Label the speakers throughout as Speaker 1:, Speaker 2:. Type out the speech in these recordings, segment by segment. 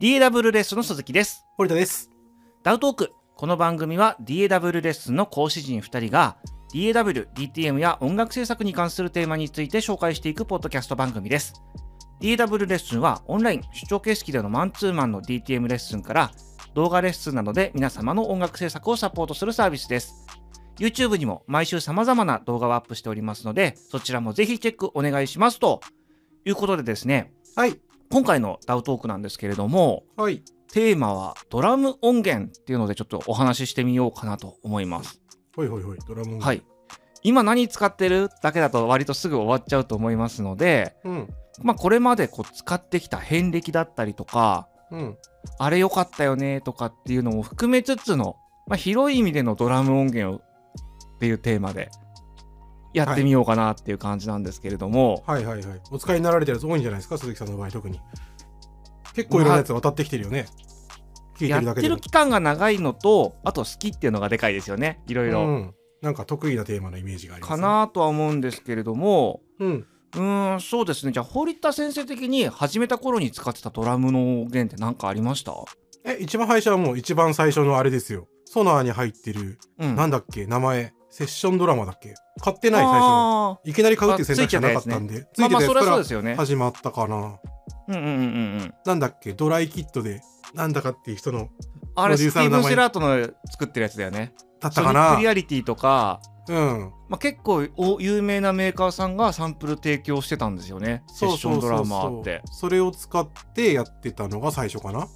Speaker 1: DAW レッスンの鈴木です。
Speaker 2: 堀田です。
Speaker 1: ダウトーク。この番組は DAW レッスンの講師陣2人が DAW、DTM や音楽制作に関するテーマについて紹介していくポッドキャスト番組です。DAW レッスンはオンライン出張形式でのマンツーマンの DTM レッスンから動画レッスンなどで皆様の音楽制作をサポートするサービスです。YouTube にも毎週様々な動画をアップしておりますので、そちらもぜひチェックお願いします。ということでですね、
Speaker 2: はい。
Speaker 1: 今回のダウトークなんですけれども、
Speaker 2: はい。
Speaker 1: テーマはドラム音源っていうのでちょっとお話ししてみようかなと思います。
Speaker 2: ほいほいほい。ドラム。
Speaker 1: は。い。今何使ってるだけだと割とすぐ終わっちゃうと思いますので、
Speaker 2: うん。
Speaker 1: まあこれまでこう使ってきた遍歴だったりとか、
Speaker 2: うん。
Speaker 1: あれ良かったよねとかっていうのも含めつつの、まあ、広い意味でのドラム音源をっていうテーマでやってみようかなっていう感じなんですけれども、
Speaker 2: はいはいはい。お使いになられてるやつ多いんじゃないですか、鈴木さんの場合特に。結構いろんなやつ渡ってきてるよね。聞いて
Speaker 1: や
Speaker 2: るだ
Speaker 1: っ
Speaker 2: け
Speaker 1: て
Speaker 2: でも。
Speaker 1: る期間が長いのとあと好きっていうのがでかいですよねいろいろ。
Speaker 2: うん。なんか得意なテーマのイメージがありま
Speaker 1: か。
Speaker 2: す、
Speaker 1: なとは思うんですけれども
Speaker 2: うん。
Speaker 1: うーんそうですねじゃあ堀田先生的に始めた頃に使ってたドラムの音源って何かありました
Speaker 2: え、一番最初はもう一番最初のあれですよ。ソナーに入ってる、
Speaker 1: うん
Speaker 2: なんだっけ、名前。セッションドラマだっけ買ってない最初。
Speaker 1: あ
Speaker 2: いきなり買うっていう選択肢がなかったんで。
Speaker 1: ーまあまあ
Speaker 2: た
Speaker 1: それはそうで
Speaker 2: やつ
Speaker 1: すよね
Speaker 2: ら。始まったかな。
Speaker 1: うんうんうんうんうん。
Speaker 2: なんだっけ、ドライキットで、なんだかっていう人の
Speaker 1: あれ
Speaker 2: プロデュー
Speaker 1: ステ
Speaker 2: サ
Speaker 1: ィ
Speaker 2: ー
Speaker 1: ー
Speaker 2: の名
Speaker 1: ブ
Speaker 2: 前
Speaker 1: ン・シェラートの作ってるやつだよね。
Speaker 2: だっ
Speaker 1: ソ
Speaker 2: た
Speaker 1: ニ
Speaker 2: か
Speaker 1: ック
Speaker 2: な
Speaker 1: リ。アリティとか、
Speaker 2: うん。
Speaker 1: まあ、結構お有名なメーカーさんがサンプル提供してたんですよねセッションドラマーって。
Speaker 2: それを使ってやってたのが最初かな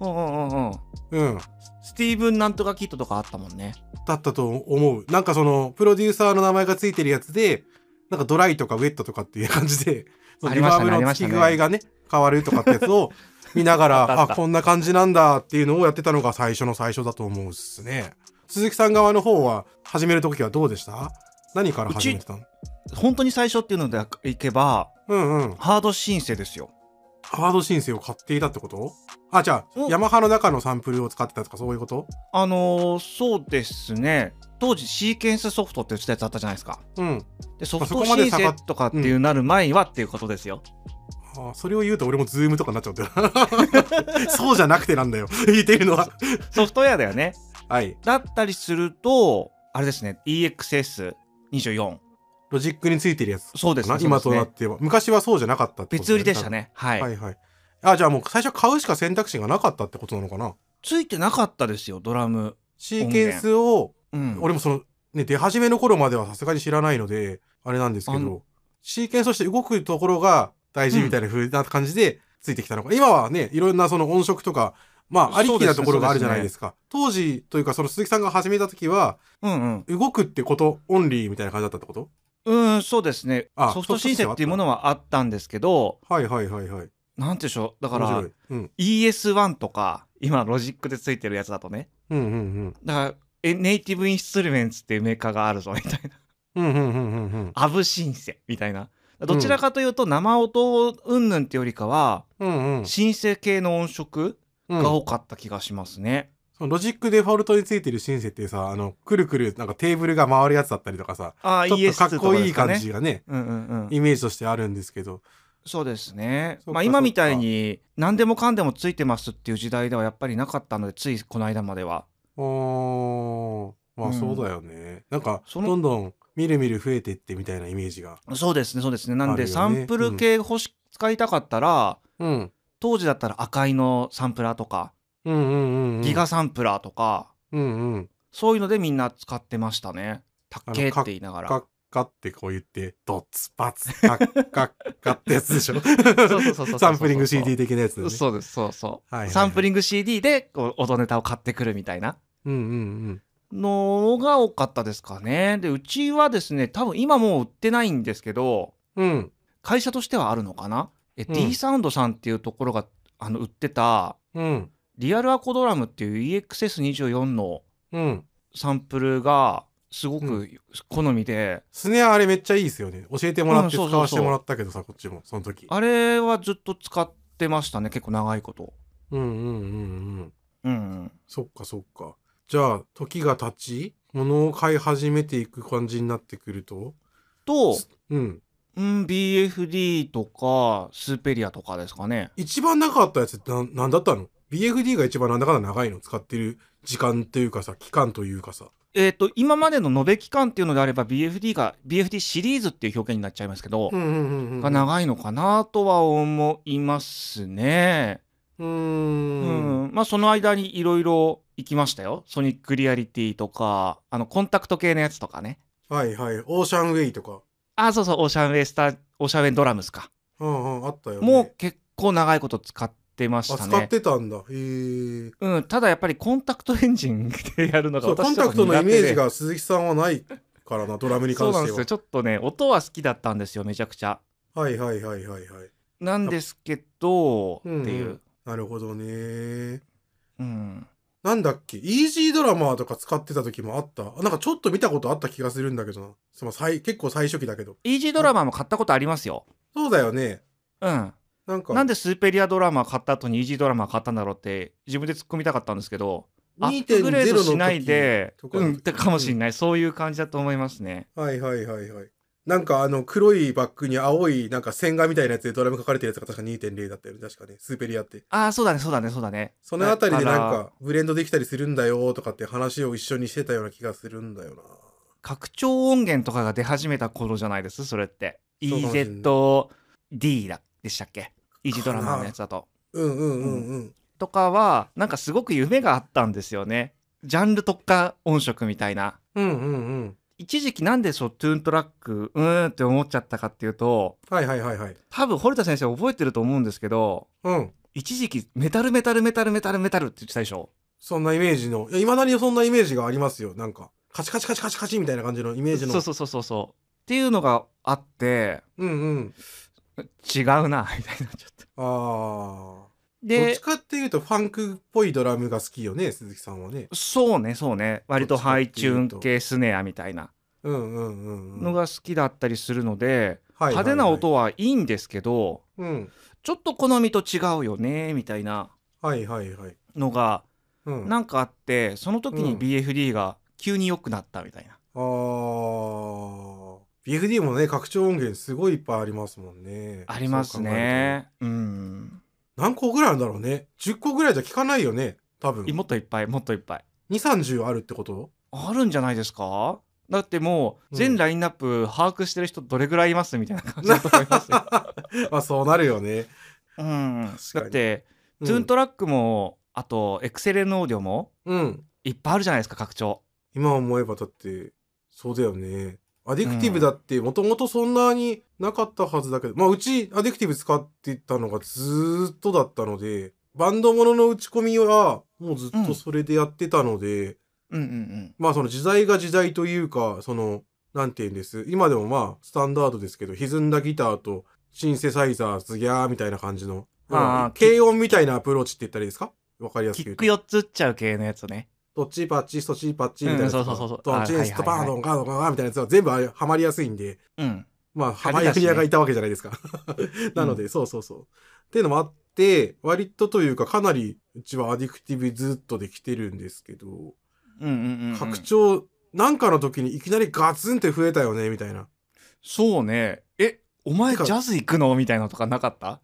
Speaker 1: うんうんうんうん
Speaker 2: うん
Speaker 1: スティーブンなんとかキットとかあったもんね。
Speaker 2: だったと思うなんかそのプロデューサーの名前がついてるやつでなんかドライとかウェットとかっていう感じでそ
Speaker 1: あ
Speaker 2: の
Speaker 1: り
Speaker 2: リ
Speaker 1: ました
Speaker 2: バー
Speaker 1: ね
Speaker 2: ブの付き具合がね変わるとかってやつを見なが
Speaker 1: あ ったあ
Speaker 2: ら
Speaker 1: った
Speaker 2: あこんな感じなんだっていうのをやってたのが最初の最初だと思うっすね鈴木さん側の方は始める時はどうでした何から始めてたの
Speaker 1: 本当に最初っていうのでいけば
Speaker 2: うんうん
Speaker 1: ハードシンセですよ。
Speaker 2: ハード申請を買っていたってことあじゃあ
Speaker 1: うん
Speaker 2: ヤマハの中のサンプルを使ってたとかそういうこと
Speaker 1: あのーそうですね当時シーケンスソフトって打ちたやつあったじゃないですか。
Speaker 2: うん
Speaker 1: でソフ
Speaker 2: そ
Speaker 1: ト
Speaker 2: こ
Speaker 1: シ
Speaker 2: まで
Speaker 1: ン
Speaker 2: 下が
Speaker 1: セ
Speaker 2: っ
Speaker 1: とかっていうなる前はっていうことですよ。
Speaker 2: あーそれを言うと俺もズームとかになっちゃうんだよ そうじゃなくてなんだよ言ってるのは
Speaker 1: ソフトウェアだよね。
Speaker 2: はい
Speaker 1: だったりするとあれですね EXS24
Speaker 2: ロジックについてるやつ
Speaker 1: そうです
Speaker 2: かな
Speaker 1: ね
Speaker 2: 今
Speaker 1: そ
Speaker 2: と
Speaker 1: うです
Speaker 2: な
Speaker 1: ね
Speaker 2: っては、昔はそうじゃなかったってこと
Speaker 1: 別
Speaker 2: だよ
Speaker 1: 売り
Speaker 2: ね
Speaker 1: でしたね。はい、
Speaker 2: 多分はいはいあじゃあもう最初買うしか選択肢がなかったってことなのかな
Speaker 1: ついてなかったですよドラム。
Speaker 2: シーケンスを
Speaker 1: うん、
Speaker 2: 俺もそのね出始めの頃まではさすがに知らないのであれなんですけ
Speaker 1: あ
Speaker 2: どシーケンスとして動くところが大事みたいな風な感じでついてきたのか、今はねいろんなその音色とかまあありきなところがあるじゃないですか当時というかその鈴木さんが始めた時は
Speaker 1: うんうん
Speaker 2: 動くってことオンリーみたいな感じだったってこと
Speaker 1: うんそうですね
Speaker 2: あ
Speaker 1: ソフト申請っていうものはあったんですけど
Speaker 2: はいはいはいはい
Speaker 1: なんていうんでしょうだか
Speaker 2: 面白
Speaker 1: ら
Speaker 2: い、うん、
Speaker 1: ES1 とか今ロジックでついてるやつだとね
Speaker 2: うんうん
Speaker 1: だからえネイティブインストゥルメンツっていうメーカーがあるぞみたいな
Speaker 2: うんうんうんうんうんうん
Speaker 1: アブシンセみたいなどちらかというと生音うんぬんってよりかは
Speaker 2: うんうん
Speaker 1: シンセ系の音色
Speaker 2: うん
Speaker 1: が多かった気がしますね、
Speaker 2: そのロジックデフォルトについてるシンセってさあのくるくるなんかテーブルが回るやつだったりとかさ
Speaker 1: ああ
Speaker 2: ちょっと
Speaker 1: ES
Speaker 2: かっこいい感
Speaker 1: ですかね
Speaker 2: じがね
Speaker 1: うんうんうん
Speaker 2: イメージとしてあるんですけど
Speaker 1: そうですね
Speaker 2: そっか
Speaker 1: まあ今みたいに何でもかんでもついてますっていう時代ではやっぱりなかったのでついこの間までは
Speaker 2: あーま
Speaker 1: う
Speaker 2: あ
Speaker 1: ん
Speaker 2: そうだよね、なんか
Speaker 1: その
Speaker 2: どんどんみるみる増えてってみたいなイメージが
Speaker 1: そうですねそうですねなんで
Speaker 2: あるよね
Speaker 1: サンプル系欲し、使いたかったら
Speaker 2: うん
Speaker 1: 当時だったら赤いのサンプラーとか、
Speaker 2: うんうんうんうん
Speaker 1: ギガサンプラーとか
Speaker 2: うんうん
Speaker 1: そういうのでみんな使ってましたねたっけーって言いなが
Speaker 2: カ
Speaker 1: ら
Speaker 2: ッカってこう言ってドッツパツカッカッカってやつでし
Speaker 1: そ
Speaker 2: ょ
Speaker 1: うそうそうそう
Speaker 2: サンプリング CD 的なやつだよね
Speaker 1: そうですそうそう、
Speaker 2: はいはいはい
Speaker 1: サンプリング CD でこう音ネタを買ってくるみたいな
Speaker 2: うんうん
Speaker 1: のが多かったですかねでうちはですね多分今もう売ってないんですけど
Speaker 2: うんうん
Speaker 1: 会社としてはあるのかなえ、
Speaker 2: うん
Speaker 1: D サウンドさんっていうところがあの売ってた
Speaker 2: うん
Speaker 1: リアルアコドラムっていう EXS24 の
Speaker 2: うん
Speaker 1: サンプルがすご
Speaker 2: う
Speaker 1: く好みで、
Speaker 2: スネアあれめっちゃいいですよね教えてもらって使
Speaker 1: うんそうそうそう
Speaker 2: わせてもらったけどさこっちもその時
Speaker 1: あれはずっと使ってましたね結構長いこと。
Speaker 2: うんうんうんうん
Speaker 1: うん
Speaker 2: そっかそっかじゃあ時が経ち物を買い始めていく感じになってくると
Speaker 1: と
Speaker 2: うん
Speaker 1: ううん、BFD とかスーペリアとかですかね。
Speaker 2: 一番長かったやつってなんなんだったの ?BFD が一番なんだかんだ長いの使ってる時間っていうかさ、期間というかさ。
Speaker 1: えっ、と今までの延べ期間っていうのであれば BFD が BFD シリーズっていう表現になっちゃいますけど、
Speaker 2: んうんうんうん
Speaker 1: が長いのかなとは思いますね。
Speaker 2: うー。
Speaker 1: うんんまあその間にいろいろ行きましたよ。ソニックリアリティとかあのコンタクト系のやつとかね。
Speaker 2: はいはい。オーシャンウェイとか。
Speaker 1: あそうそうオーシャンウェイスターオーシャンウェイドラムスか。
Speaker 2: うんうん、あったよ、ね。
Speaker 1: もう結構長いこと使ってまし
Speaker 2: あ
Speaker 1: た
Speaker 2: 使っ
Speaker 1: ね。
Speaker 2: てたんだ。へえ。
Speaker 1: うん、ただやっぱりコンタクトエンジンでやるのが
Speaker 2: そう、コ
Speaker 1: 私
Speaker 2: ン
Speaker 1: ちょ
Speaker 2: タ
Speaker 1: っ
Speaker 2: ク
Speaker 1: と
Speaker 2: トの
Speaker 1: 苦
Speaker 2: イメ
Speaker 1: 手
Speaker 2: ー
Speaker 1: で
Speaker 2: ジが鈴木さんはないからな、ドラムに
Speaker 1: そ
Speaker 2: 関
Speaker 1: うなん
Speaker 2: し
Speaker 1: です
Speaker 2: て
Speaker 1: よ
Speaker 2: は。
Speaker 1: ちょっとね音は好きだったんですよめちゃくちゃ
Speaker 2: はいはいはいはいはい。
Speaker 1: なんですけどって
Speaker 2: うんうん
Speaker 1: いう、
Speaker 2: なるほどね。
Speaker 1: うん、
Speaker 2: なんだっけ、イージードラマーとか使ってた時もあった。なんかちょっと見たことあった気がするんだけどな。すまん最結構最初期だけど。
Speaker 1: イージードラマーも買ったことありますよ
Speaker 2: そうだよね。
Speaker 1: うん
Speaker 2: なんか、
Speaker 1: なんでスーペリアドラマー買った後にイージードラマー買ったんだろうって自分で突っ込みたかったんですけどアップグレードしないで
Speaker 2: 2.0の時とか
Speaker 1: うんってかもしれない、そういう感じだと思いますね
Speaker 2: はいはいはいはい。なんかあの黒いバッグに青いなんか線画みたいなやつでドラム書かれてるやつが確か2.0だったよね。確かね。スーペリアって。
Speaker 1: ああそうだねそうだねそうだね
Speaker 2: そのあたりでなん
Speaker 1: だら
Speaker 2: かブレンドできたりするんだよとかって話を一緒にしてたような気がするんだよな。
Speaker 1: 拡張音源とかが出始めた頃じゃないですそれって
Speaker 2: そうかもしれない
Speaker 1: EZD だでしたっけイージードラマーのやつだと
Speaker 2: うんうんうんうん。
Speaker 1: とかはなんかすごく夢があったんですよねジャンル特化音色みたいな
Speaker 2: うんうんうん。
Speaker 1: 一時期なんでそうトゥーントラックうーんって思っちゃったかっていうと
Speaker 2: はいはいはいはい。
Speaker 1: 多分堀田先生覚えてると思うんですけど
Speaker 2: うん。
Speaker 1: 一時期メタルメタルメタルメタルメタルって言ってたでしょ
Speaker 2: そんなイメージの、いまだにそんなイメージがありますよ。なんか、カチカチカチカチカチみたいな感じのイメージの。
Speaker 1: そうそうそうそうそうっていうのがあって
Speaker 2: うんうん。
Speaker 1: 違うな みたいになっちゃった
Speaker 2: ああ。どっ
Speaker 1: で
Speaker 2: ちかっていうと、ファンクっぽいドラムが好きよね、鈴木さんはね。
Speaker 1: そうねそうね割と
Speaker 2: どっちか
Speaker 1: ハ
Speaker 2: っていう
Speaker 1: イ
Speaker 2: と
Speaker 1: チューン系スネアみたいな
Speaker 2: うんうんうんうん。
Speaker 1: のが好きだったりするので
Speaker 2: はいはいはい
Speaker 1: 派手な音はいいんですけど
Speaker 2: うん。
Speaker 1: ちょっと好みと違うよねみたいな
Speaker 2: はいはいはい。
Speaker 1: のが
Speaker 2: うん。あ
Speaker 1: なんかあってその時
Speaker 2: う
Speaker 1: に
Speaker 2: ん
Speaker 1: BFD が急に良くなったみたいな、
Speaker 2: あー。BFD もね、拡張音源すごいいっぱいありますもんね。
Speaker 1: ありますねうん
Speaker 2: そう考えると。何個ぐらいあるんだろうね。10個ぐらいじゃ効かないよね、多分。2、
Speaker 1: もっといっぱいもっといっぱい
Speaker 2: 30あるっ てこと
Speaker 1: あるんじゃないですかだってもう
Speaker 2: うん
Speaker 1: 全ラインナップ把握してる人どれぐらいいますみたいな感じだと思います よ、
Speaker 2: まあそうなるよね。
Speaker 1: うん、
Speaker 2: 確か
Speaker 1: だ
Speaker 2: に
Speaker 1: って、
Speaker 2: うん
Speaker 1: トゥーントラックもあとエクセレンオーディオも
Speaker 2: うん。
Speaker 1: いっぱいあるじゃないですか拡張
Speaker 2: 今思えばだってそうだよねアディクティブだってもともとそんなになかったはずだけど、まあうちアディクティブ使ってたのがずーっとだったのでバンドものの打ち込みはもうずっとそれでやってたので、
Speaker 1: うんうんうん
Speaker 2: まあその時代が時代というかそのなんて言うんです今でもまあスタンダードですけど歪んだギターとシンセサイザーズギャーみたいな感じの
Speaker 1: あー
Speaker 2: 軽音みたいなアプローチって言ったらいいですかわかりやす
Speaker 1: キ
Speaker 2: く言
Speaker 1: ッ
Speaker 2: う
Speaker 1: ク
Speaker 2: と。
Speaker 1: 4つ打っちゃう系のやつね
Speaker 2: どっちパッチそっちパッチみたいなやつ
Speaker 1: う
Speaker 2: と
Speaker 1: んそう
Speaker 2: か、
Speaker 1: そうそうそう
Speaker 2: ど
Speaker 1: あ
Speaker 2: っち
Speaker 1: はい
Speaker 2: ストパ
Speaker 1: はいは
Speaker 2: ー
Speaker 1: い
Speaker 2: ドンガードンガードンみたいなやつは全部あれはまりやすいんで、
Speaker 1: うん
Speaker 2: まあ、ハ
Speaker 1: 張
Speaker 2: マ
Speaker 1: り
Speaker 2: り
Speaker 1: だしね
Speaker 2: 役がいたわけじゃないですか。なので、そうそうそう。っていうのもあって、割とというかかなりうちはアディクティブずっとできてるんですけど、
Speaker 1: うんうんうんうん
Speaker 2: 拡張なんかの時にいきなりガツンって増えたよね、みたいな。
Speaker 1: そうねえお前
Speaker 2: て
Speaker 1: ジ
Speaker 2: か
Speaker 1: ャズ行くのみたいなのとかなかった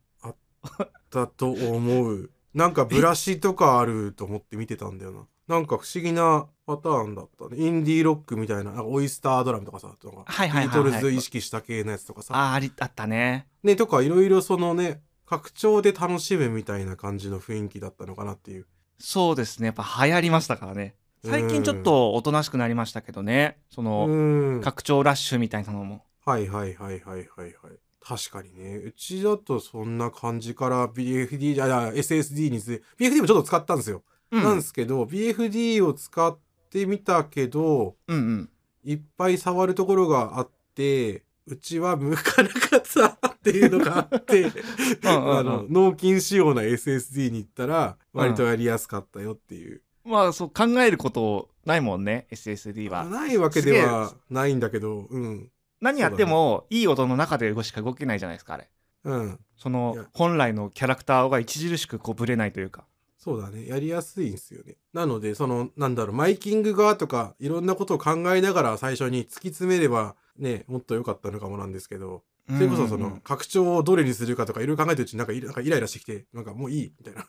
Speaker 2: だと思う。なんかブラシとかあると思って見てたんだよな。なんか不思議なパターンだったね。インディーロックみたいな、なんかオイスタードラムとかさ、とか。
Speaker 1: はいは
Speaker 2: ビ
Speaker 1: いはい、
Speaker 2: ート
Speaker 1: はい、
Speaker 2: ルズ意識した系のやつとかさ。
Speaker 1: あーありあったね
Speaker 2: ね、とかいろいろそのね、拡張で楽しむみたいな感じの雰囲気だったのかなっていう。
Speaker 1: そうですねやっぱ流行りましたからね最近ちょっとおとなしくなりましたけどねそうの、
Speaker 2: ん。はい
Speaker 1: 拡張ラッシュみたいなのも
Speaker 2: はいはいはいはいはい。確かにね。うちだとそんな感じから BFD、あ、いや SSD につい BFD もちょっと使ったんですよ。
Speaker 1: うん
Speaker 2: なんですけど、BFD を使ってみたけど、
Speaker 1: うんうん
Speaker 2: いっぱい触るところがあって、うちは向かなかったっていうのがあって、
Speaker 1: うんうん
Speaker 2: あの、納金仕様な SSD に行ったら、割とやりやすかったよっていう。
Speaker 1: まあそう考えることないもんね SSD は
Speaker 2: ないわけではないんだけど、うん。
Speaker 1: 何やってもいい音の中で動しか動けないじゃないですかあれ
Speaker 2: うん。
Speaker 1: そ
Speaker 2: い
Speaker 1: の
Speaker 2: や
Speaker 1: 本来のキャラクターが著しくこうぶれないというか
Speaker 2: そうだね。やりやすいんですよね。なので、その、なんだろう、マイキングがとか、いろんなことを考えながら最初に突き詰めれば、ね、もっと良かったのかもなんですけど、それこそその、
Speaker 1: うんうんうん
Speaker 2: 拡張をどれにするかとかいろいろ考えてるうちになんかイラなんかイライラしてきて、なんかもういい、みたいな。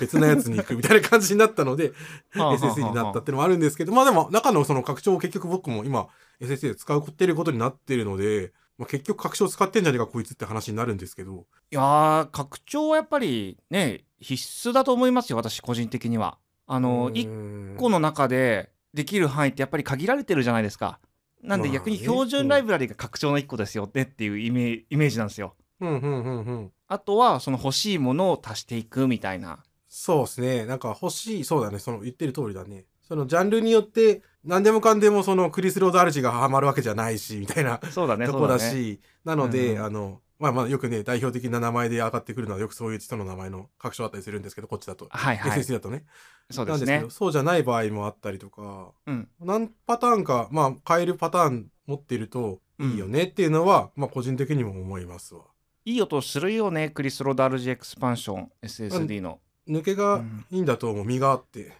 Speaker 2: 別なやつに行くみたいな感じになったので、
Speaker 1: はあはあはあ
Speaker 2: SSD になったっていうのもあるんですけど、まあでも中のその拡張を結局僕も今 SSD で使ってることになってるので、まあ、結局拡張使ってんじゃねえかこいつって話になるんですけど、
Speaker 1: いやー拡張はやっぱりね必須だと思いますよ私個人的には。あの
Speaker 2: う
Speaker 1: 1
Speaker 2: ーん
Speaker 1: 個の中でできる範囲ってやっぱり限られてるじゃないですか。なんで
Speaker 2: まあね
Speaker 1: 逆に標準ライブラリが拡張の1個ですよねっていうイメイメージなんですよ。
Speaker 2: うんうんうんうん。
Speaker 1: あとはその欲しいものを足していくみたいな。
Speaker 2: そうですね。なんか欲しい、そうだね。その言ってる通りだね。そのジャンルによって、何でもかんでもそのクリス・ロード・アルジがハマるわけじゃないし、みたいな
Speaker 1: そうだね
Speaker 2: と
Speaker 1: そ
Speaker 2: こ
Speaker 1: うだ
Speaker 2: だ
Speaker 1: ね。
Speaker 2: し、なの
Speaker 1: う
Speaker 2: で、
Speaker 1: んうん
Speaker 2: あの、まあまあよくね、代表的な名前で上がってくるのはよくそういう人の名前の確証だったりするんですけど、こっちだと。
Speaker 1: はいはい
Speaker 2: SSD だとね。
Speaker 1: そう
Speaker 2: な
Speaker 1: で
Speaker 2: ん
Speaker 1: す
Speaker 2: です
Speaker 1: ね
Speaker 2: けど、。そうじゃない場合もあったりとか、
Speaker 1: うん
Speaker 2: 何パターンか、まあ変えるパターン持っているといいよねっていうのは、まあ個人的にも思いますわ。
Speaker 1: いい音するよねクリスロード RG エクスパンション SSD の。
Speaker 2: 抜け
Speaker 1: う
Speaker 2: が
Speaker 1: ん
Speaker 2: いいんだと思う、身があって。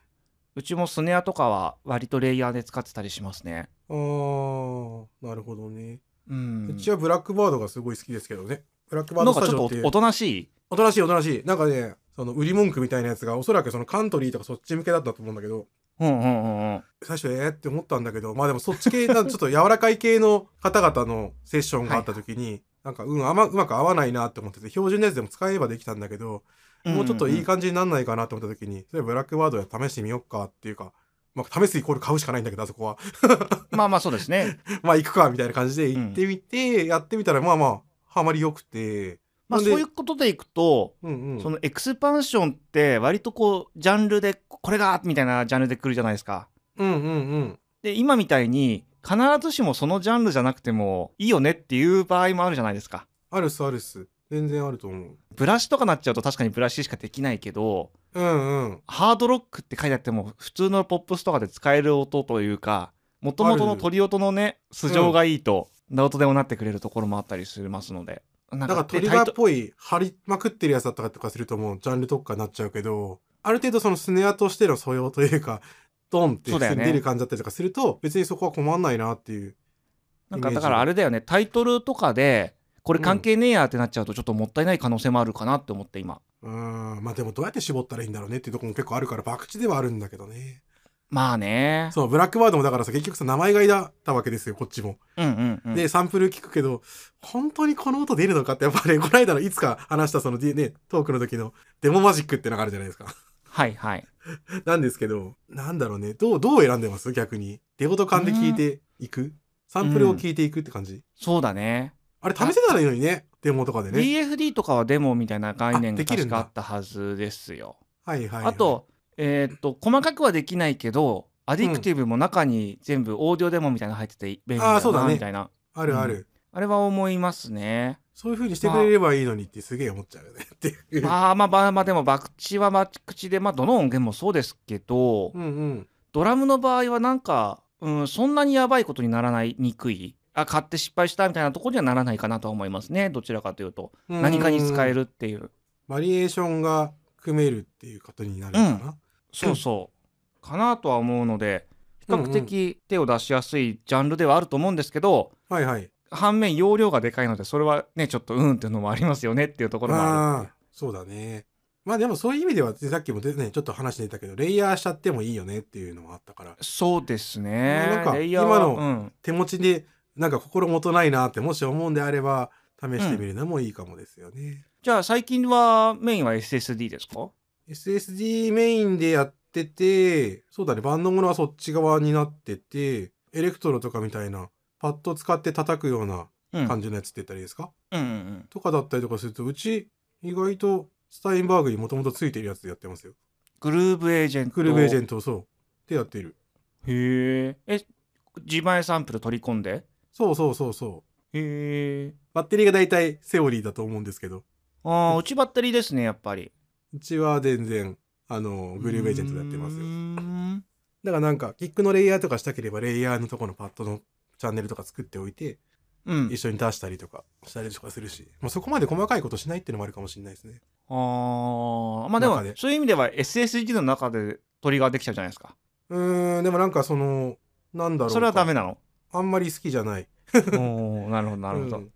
Speaker 1: うちもスネアとかは割とレイヤーで使ってたりしますね。
Speaker 2: あー、なるほどね。
Speaker 1: うん。
Speaker 2: うちはブラックバードがすごい好きですけどね。ブラックバー
Speaker 1: な
Speaker 2: ド
Speaker 1: んか
Speaker 2: スタ
Speaker 1: ち
Speaker 2: ジ
Speaker 1: ょ
Speaker 2: オ
Speaker 1: っ
Speaker 2: って
Speaker 1: とおとなしい。
Speaker 2: おとなしいおとなしい。なんかね、その売り文句みたいなやつがおそらくそのカントリーとかそっち向けだったと思うんだけど、
Speaker 1: うんうんうんうん。
Speaker 2: 最初えーって思ったんだけど、まあでもそっち系、 なんかちょっと柔らかい系の方々のセッションがあった時に、なんかうん、あま、うまく合わないなって思ってて、標準のやつでも使えばできたんだけど、もうちょっといい感じになんないかなと思った時に、それブラックバードや試してみよっかっていうか、まあ試すイコール買うしかないんだけど、あそこは。
Speaker 1: うんまあまあそうですね。
Speaker 2: まあ行くか、みたいな感じで行ってみて、やってみたら、まあまあ、ハマり良くて、
Speaker 1: まあ
Speaker 2: ほん
Speaker 1: そ
Speaker 2: で
Speaker 1: ういうことでいくと、
Speaker 2: うんうん。
Speaker 1: そのエクスパンションって割とこうジャンルでこれがみたいなジャンルで来るじゃないですか。
Speaker 2: うんうんうん。
Speaker 1: で今みたいに必ずしもそのジャンルじゃなくてもいいよねっていう場合もあるじゃないですか。
Speaker 2: あるっすあるっす。全然あると思う。
Speaker 1: ブラシとかなっちゃうと確かにブラシしかできないけど
Speaker 2: うんうん。
Speaker 1: ハードロックって書いてあっても普通のポップスとかで使える音というかもともとの鳥音のね素性がいいと、な音でもなってくれるところもあったりしますので。な
Speaker 2: なんかトリガーっぽい張りまくってるやつだったりとかするともうジャンル特化になっちゃうけど、ある程度そのスネアとしての素養というか、ドンって
Speaker 1: そうだよね
Speaker 2: 出る感じだったりとかすると、別にそこは困んないなっていう。
Speaker 1: なんか
Speaker 2: イメー
Speaker 1: だ
Speaker 2: ジ
Speaker 1: からあれだよねタイトルとかでこれ関係ねえやってなっちゃうとちょっともったいない可能性もあるかなって思って今
Speaker 2: うーん。まあでもどうやって絞ったらいいんだろうねっていうところも結構あるから、博打ではあるんだけどね。
Speaker 1: まあね
Speaker 2: そう、ブラックバードもだからさ、結局さ、名前がいだったわけですよ、こっちも。
Speaker 1: うんうんうん
Speaker 2: で、サンプル聞くけど、本当にこの音出るのかって、やっぱり、ね、この間のいつか話したその、ね、トークの時のデモマジックってのがあるじゃないですか。
Speaker 1: はいはい
Speaker 2: なんですけど、なんだろうね。どう、どう選んでます逆に。出言感で聞いていくサンプルを聞いていくって感じ、
Speaker 1: そうだね
Speaker 2: あれ試せたらいいのにね。デモとかでね。
Speaker 1: DFD とかはデモみたいな概念
Speaker 2: あ
Speaker 1: が
Speaker 2: できる
Speaker 1: 確
Speaker 2: んだ
Speaker 1: かあったはずですよ
Speaker 2: はいはい、は
Speaker 1: あ、
Speaker 2: い。
Speaker 1: とえーっと細かくはできないけどアディクティブも中に全部オーディオデモみたいなの入ってて便利
Speaker 2: あ
Speaker 1: だ
Speaker 2: ーそうだ
Speaker 1: な
Speaker 2: ね
Speaker 1: みたいな
Speaker 2: あるある。
Speaker 1: うあれは思いますね
Speaker 2: そういう風にしてくれればいいのにってすげえ思っちゃうよね。っていう。
Speaker 1: まあまあまあまあでも博打は博打でまあどの音源もそうですけど、
Speaker 2: うんうん。
Speaker 1: ドラムの場合はなんか、うん、そんなにやばいことにならないにくいあ買って失敗したみたいなところにはならないかなとは思いますねどちらかというと何かに使え
Speaker 2: る。
Speaker 1: るっていう
Speaker 2: バリエーションが組めるっていうことになるのかな。
Speaker 1: そうそうかなとは思うので比較的手を出しやすいジャンルではあると思うんですけど、
Speaker 2: はいはい。
Speaker 1: 反面容量がでかいのでそれはねちょっとうんっていうのもありますよねっていうところもあるっていう
Speaker 2: あーそうだね。まあでもそういう意味では、さっきもね、ちょっと話してたけど、レイヤーしちゃってもいいよねっていうのもあったから。
Speaker 1: そうです
Speaker 2: な
Speaker 1: ね
Speaker 2: んか
Speaker 1: レイヤーは
Speaker 2: 今の
Speaker 1: うん
Speaker 2: 手持ちでなんか心もとないなってもし思うんであれば試してみるのもいいかもですよね、
Speaker 1: じゃあ最近はメインは SSD ですか
Speaker 2: SSD メインでやっててそうだねバンドものはそっち側になっててエレクトロとかみたいなパッド使って叩くような
Speaker 1: うん
Speaker 2: 感じのやつって言ったらいいですか、
Speaker 1: うんうんうん
Speaker 2: とかだったりとかするとうち意外とスタインバーグにもともとついてるやつでやってますよ
Speaker 1: グルーブエージェント
Speaker 2: クルーベージェントをそうってやってる
Speaker 1: へえ。え、自前サンプル取り込んで
Speaker 2: そうそうそうそう
Speaker 1: へえ。
Speaker 2: バッテリーが大体セオリーだと思うんですけど
Speaker 1: ああ、うちバッテリーですね、やっぱり。
Speaker 2: うちは全然あのグルーベージェントでやってますよ
Speaker 1: うーん
Speaker 2: だからなんか、キックのレイヤーとかしたければ、レイヤーのとこのパッドのチャンネルとか作っておいて、
Speaker 1: うん
Speaker 2: 一。緒に出したりとか、したりとかするし、まあ、そこまで細かいことしないっていうのもあるかもしれないですね。
Speaker 1: ああ、まあで
Speaker 2: 中
Speaker 1: も、
Speaker 2: で
Speaker 1: そういう意味では SSD の中でトリガーできちゃうじゃないですか。
Speaker 2: うーん、でもなんかその、なんだろう。
Speaker 1: それはダメ。なの。
Speaker 2: あんまり好きじゃない。
Speaker 1: おーなるほど、なるほ
Speaker 2: う
Speaker 1: ど
Speaker 2: ん。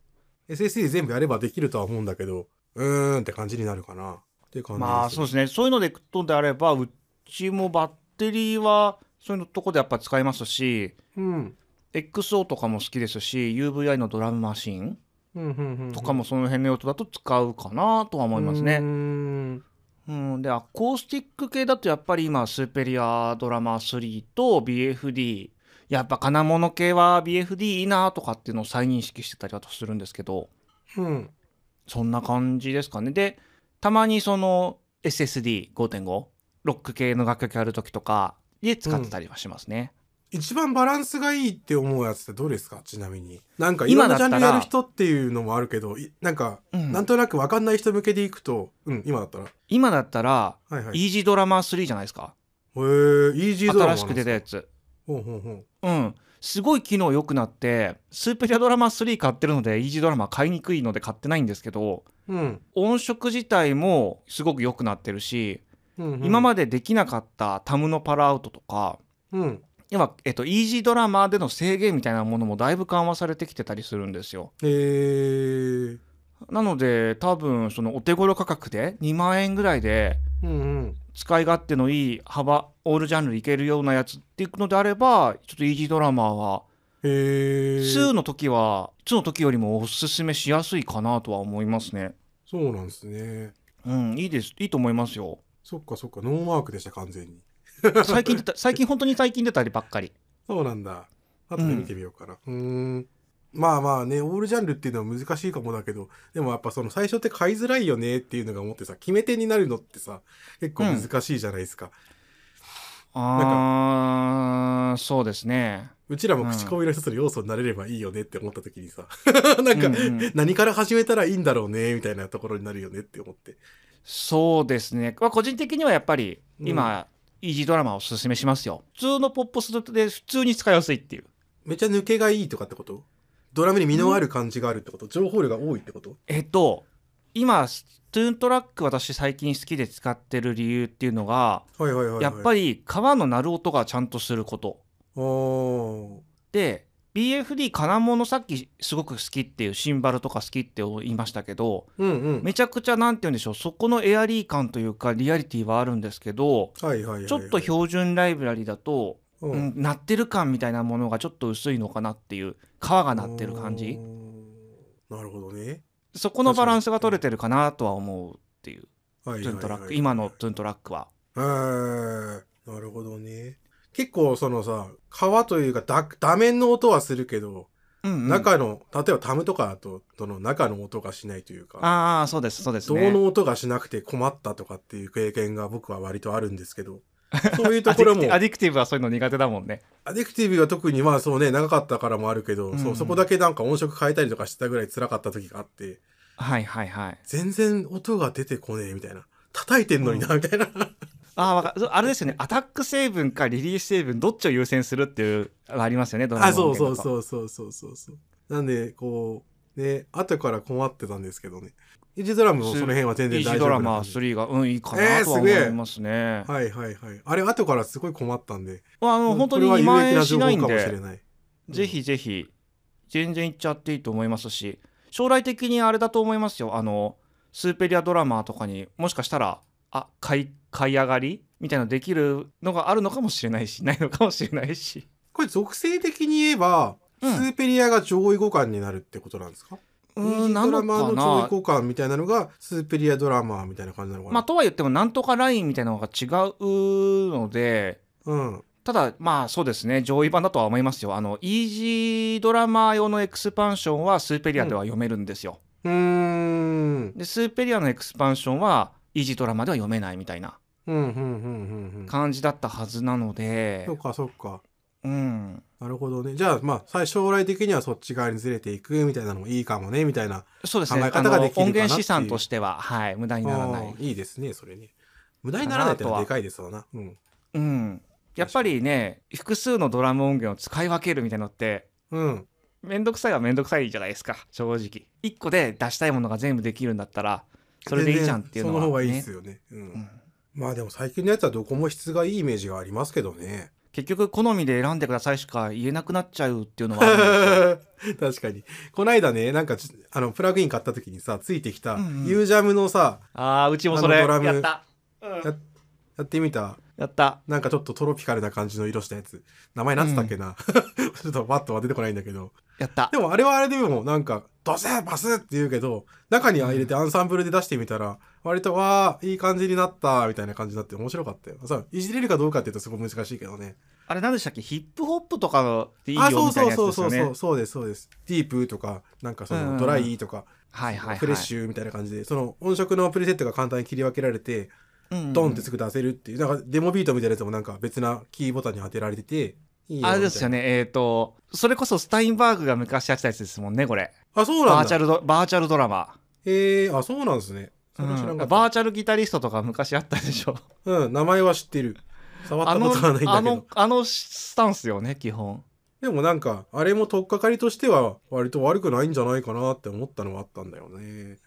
Speaker 2: SSD で全部やればできるとは思うんだけど、うーんって感じになるかな。っていう感じ
Speaker 1: まあそうですねそういうのでいくとであればうちもバッテリーはそういうとこでやっぱ使いますし
Speaker 2: うん。
Speaker 1: XO とかも好きですし UVI のドラムマシン
Speaker 2: うんうんうんうん
Speaker 1: とかもその辺の用途だと使うかなとは思います
Speaker 2: うー
Speaker 1: ね。
Speaker 2: ん
Speaker 1: うん、でアコースティック系だとやっぱり今スーペリアドラマ3と BFD やっぱ金物系は BFD いいなとかっていうのを再認識してたりはするんですけど
Speaker 2: うん。
Speaker 1: そんな感じですかね。で、たまにその SSD5.5、ロック系の楽曲やるときとかで使ってたりはしますね。
Speaker 2: 一番バランスがいいって思うやつってどれですかちなみに。なんか
Speaker 1: 今だ
Speaker 2: 今の
Speaker 1: っ
Speaker 2: ジ
Speaker 1: たら
Speaker 2: ャンルやる人っていうのもあるけど、いなんか、
Speaker 1: うん
Speaker 2: なんとなくわかんない人向けでいくと、うん、今だったら。
Speaker 1: 今だったら、
Speaker 2: はいはい。へえ、
Speaker 1: イージードラマー3じゃないですか。
Speaker 2: イージードラマ
Speaker 1: 新しく出たや
Speaker 2: つ。
Speaker 1: つ。
Speaker 2: ほうほうほう。
Speaker 1: うん。すごい機能良くなって、スーペリアドラマー3買ってるので、イージードラマー買いにくいので買ってないんですけど、
Speaker 2: うん。
Speaker 1: 音色自体もすごく良くなってるし、
Speaker 2: うんうん
Speaker 1: 今までできなかったタムのパラアウトとか、
Speaker 2: うん。
Speaker 1: 要は、えっと、イージードラマーでの制限みたいなものもだいぶ緩和されてきてたりするんですよ。
Speaker 2: えー。
Speaker 1: なので多分そのお手頃価格で2万円ぐらいで
Speaker 2: うんうん。
Speaker 1: 使い勝手のいい幅オールジャンルいけるようなやつっていうのであればちょっとイージードラマーは
Speaker 2: へえ。
Speaker 1: 2の時は2の時よりもおすすめしやすいかなとは思いますね。
Speaker 2: そうなんですね。
Speaker 1: うん、いいです。いいと思いますよ。
Speaker 2: そっかそっか、ノーマークでした、完全に。
Speaker 1: 最近出た、最近本当に最近出たりばっかり。
Speaker 2: そうなんだ。後で見てみようかな。うーん。まあまあね、オールジャンルっていうのは難しいかもだけど、でもやっぱその最初って買いづらいよねっていうのが思ってさ、決め手になるのってさ、結構難しいじゃないですか。
Speaker 1: あー、そうですね。
Speaker 2: うちらも口コミの一つの要素になれればいいよねって思った時にさ、 なんか
Speaker 1: うんうん
Speaker 2: 何から始めたらいいんだろうね、みたいなところになるよねって思って。
Speaker 1: そうですね、まあ、個人的にはやっぱり今、イージードラマーをおすすめしますよ普通のポップスで普通に使いやすいっていう
Speaker 2: めっちゃ抜けがいいとかってことドラムに身のある感じがあるってこと情報量が多いってこと
Speaker 1: えっと今トゥーントラック私最近好きで使ってる理由っていうのが、
Speaker 2: はいはいはい、はい。
Speaker 1: やっぱり革の鳴る音がちゃんとすること
Speaker 2: あー
Speaker 1: で BFD 金物さっきすごく好きっていうシンバルとか好きって言いましたけど
Speaker 2: うんうん。
Speaker 1: めちゃくちゃなんて言うんでしょうそこのエアリー感というかリアリティはあるんですけど
Speaker 2: はいはいはいはい、
Speaker 1: ちょっと標準ライブラリだと
Speaker 2: う
Speaker 1: うん
Speaker 2: ん、
Speaker 1: 鳴ってる感みたいなものがちょっと薄いのかなっていう皮が鳴ってる感じ
Speaker 2: うーんなるほどね。
Speaker 1: そこのバランスが取れてるかなとは思うっていう
Speaker 2: はいは
Speaker 1: トゥ
Speaker 2: いは
Speaker 1: ー
Speaker 2: い
Speaker 1: ントラック今の。トゥーントラックは
Speaker 2: えーなるほどね。結構そのさ、皮というかだ打面の音はするけど、
Speaker 1: うんうん
Speaker 2: 中の、例えばタムとかだと、その中の音がしないというか、
Speaker 1: ああそうですそうです
Speaker 2: 銅
Speaker 1: ね
Speaker 2: の音がしなくて困ったとかっていう経験が僕は割とあるんです けど、そういうところも
Speaker 1: アディクティ、アディクティブはそういうの苦手だもんね
Speaker 2: アディクティブが特にまあそうね、長かったからもあるけど、
Speaker 1: うん
Speaker 2: そうそこだけなんか音色変えたりとかしてたぐらい辛かった時があって、
Speaker 1: はいはいはい
Speaker 2: 全然音が出てこねえみたいな叩いてんのになみたいな、
Speaker 1: ああわかそうあれですよねアタック成分かリリース成分どっちを優先するっていうのありますよねドラマ
Speaker 2: あそうそう
Speaker 1: う
Speaker 2: そうそうそうそうそうなんでこうね後から困ってたんですけどねイージードラムもその辺は全
Speaker 1: イー
Speaker 2: 然
Speaker 1: ジ
Speaker 2: 大
Speaker 1: ー
Speaker 2: 丈
Speaker 1: ド
Speaker 2: 夫
Speaker 1: ラ
Speaker 2: な
Speaker 1: マ
Speaker 2: 感じ
Speaker 1: 3がうんいいかなとは
Speaker 2: えーすげえ
Speaker 1: 思いますね、
Speaker 2: はいはいはいあれ後からすごい困ったんで
Speaker 1: あの本当に
Speaker 2: こ
Speaker 1: 2
Speaker 2: れは
Speaker 1: 万
Speaker 2: 有益
Speaker 1: 円
Speaker 2: な
Speaker 1: し
Speaker 2: 情
Speaker 1: な
Speaker 2: 報
Speaker 1: い
Speaker 2: か
Speaker 1: ん
Speaker 2: もし
Speaker 1: で
Speaker 2: れない
Speaker 1: ぜひぜひ全然行っちゃっていいと思いますし将来的にあれだと思いますよあのスーペリアドラマーとかにもしかしたらあ買い買い上がりみたいなのできるのがあるのかもしれないし ないのかもしれないし
Speaker 2: これ属性的に言えば、
Speaker 1: うん
Speaker 2: スーペリアが上位互換になるってことなんですか
Speaker 1: う
Speaker 2: イー
Speaker 1: ーん
Speaker 2: ジー
Speaker 1: な
Speaker 2: ド
Speaker 1: の
Speaker 2: ラ
Speaker 1: か
Speaker 2: マーの上位
Speaker 1: な
Speaker 2: 互換みたいなのがスーペリアドラマーみたいな感じなのかな、
Speaker 1: まあとは言ってもなんとかラインみたいなのが違うので
Speaker 2: うん
Speaker 1: ただまあそうですね上位版だとは思いますよあのイージードラマー用のエクスパンションはスーペリアでは読めるんですよ、
Speaker 2: うーん
Speaker 1: でスーペリアのエクスパンションはイージードラマーでは読めないみたいな
Speaker 2: うんうんうんうんうん
Speaker 1: 感じだったはずなので
Speaker 2: そっ、かそっか
Speaker 1: うん、
Speaker 2: なるほどね。じゃあ、まあ、最将来的にはそっち側にずれていくみたいなのもいいかもね、みたいな。
Speaker 1: そうですね
Speaker 2: 考え
Speaker 1: あ
Speaker 2: 方
Speaker 1: の
Speaker 2: ができるかなっていう
Speaker 1: 音源資産としては、はい、無駄にならな
Speaker 2: あ
Speaker 1: い
Speaker 2: ー、いいですね、それね。無駄にならないってのはでかいですわな。うん。
Speaker 1: うん、やっぱりね複数のドラム音源を使い分けるみたいなのって
Speaker 2: うん。
Speaker 1: めんどくさいはめんどくさいじゃないですか正直1個で出したいものが全部できるんだったらそれでいいじゃんっていうのは、
Speaker 2: 全然その方がいい
Speaker 1: ね
Speaker 2: ですよね。う。
Speaker 1: うんん
Speaker 2: まあでも最近のやつはどこも質がいいイメージがありますけどね。
Speaker 1: 結局好みで選んでくださいしか言えなくなっちゃうっていうのはあるんですよ
Speaker 2: 確かに。こないだね、なんかち、あの、プラグイン買った時にさ、ついてきた、
Speaker 1: うんうん
Speaker 2: ユージャムのさ、
Speaker 1: あーうちもそれ
Speaker 2: あのドラム
Speaker 1: やった、うん
Speaker 2: ややってみた、
Speaker 1: やった
Speaker 2: なんかちょっとトロピカルな感じの色したやつ。名前なんつったっけな、 ちょっとバッとは出てこないんだけど。
Speaker 1: やった
Speaker 2: でもあれはあれでも、なんか、ドスッバスッって言うけど、中に入れてアンサンブルで出してみたら、割と、わー、いい感じになった、みたいな感じになって面白かったよ。さ、いじれるかどうかっていうとすごい難しいけどね。
Speaker 1: あれ何でしたっけヒップホップとかのでいいよ
Speaker 2: あ、そ
Speaker 1: み
Speaker 2: う
Speaker 1: たい
Speaker 2: そ
Speaker 1: な
Speaker 2: う
Speaker 1: やつ
Speaker 2: そ
Speaker 1: です
Speaker 2: うそ
Speaker 1: よ
Speaker 2: うそ
Speaker 1: ね
Speaker 2: う、そうです、そうです。ディープとか、なんかそ
Speaker 1: うんうんう
Speaker 2: の
Speaker 1: ん
Speaker 2: ドライとか、
Speaker 1: はいはいはい
Speaker 2: フレッシュみたいな感じで、その音色のプリセットが簡単に切り分けられて、
Speaker 1: ュ
Speaker 2: ドンってすぐ出せるっていう、なんかデモビートみたいなやつもなんか別なキーボタンに当てられてて、いい
Speaker 1: あれですよ
Speaker 2: ね。
Speaker 1: ねえっ、とそれこそスタインバーグが昔やってたやつですもんねこれ
Speaker 2: あ、そうな
Speaker 1: バー
Speaker 2: ん
Speaker 1: チャ
Speaker 2: だ。
Speaker 1: ルドバーチャルドラマ
Speaker 2: えー、あ、そうなんですね。それ知ら
Speaker 1: うんん
Speaker 2: かっ
Speaker 1: バー
Speaker 2: た。
Speaker 1: チャルギタリストとか昔あったで しょ
Speaker 2: うん、名前は知ってる。触っ
Speaker 1: あ
Speaker 2: たこ
Speaker 1: の
Speaker 2: とはないん
Speaker 1: あ
Speaker 2: だけ
Speaker 1: の
Speaker 2: ど。
Speaker 1: あのスタンスよね基本
Speaker 2: でもなんか、あれも取っかかりとしては、割と悪くないんじゃないかなって思ったのはあったんだよね。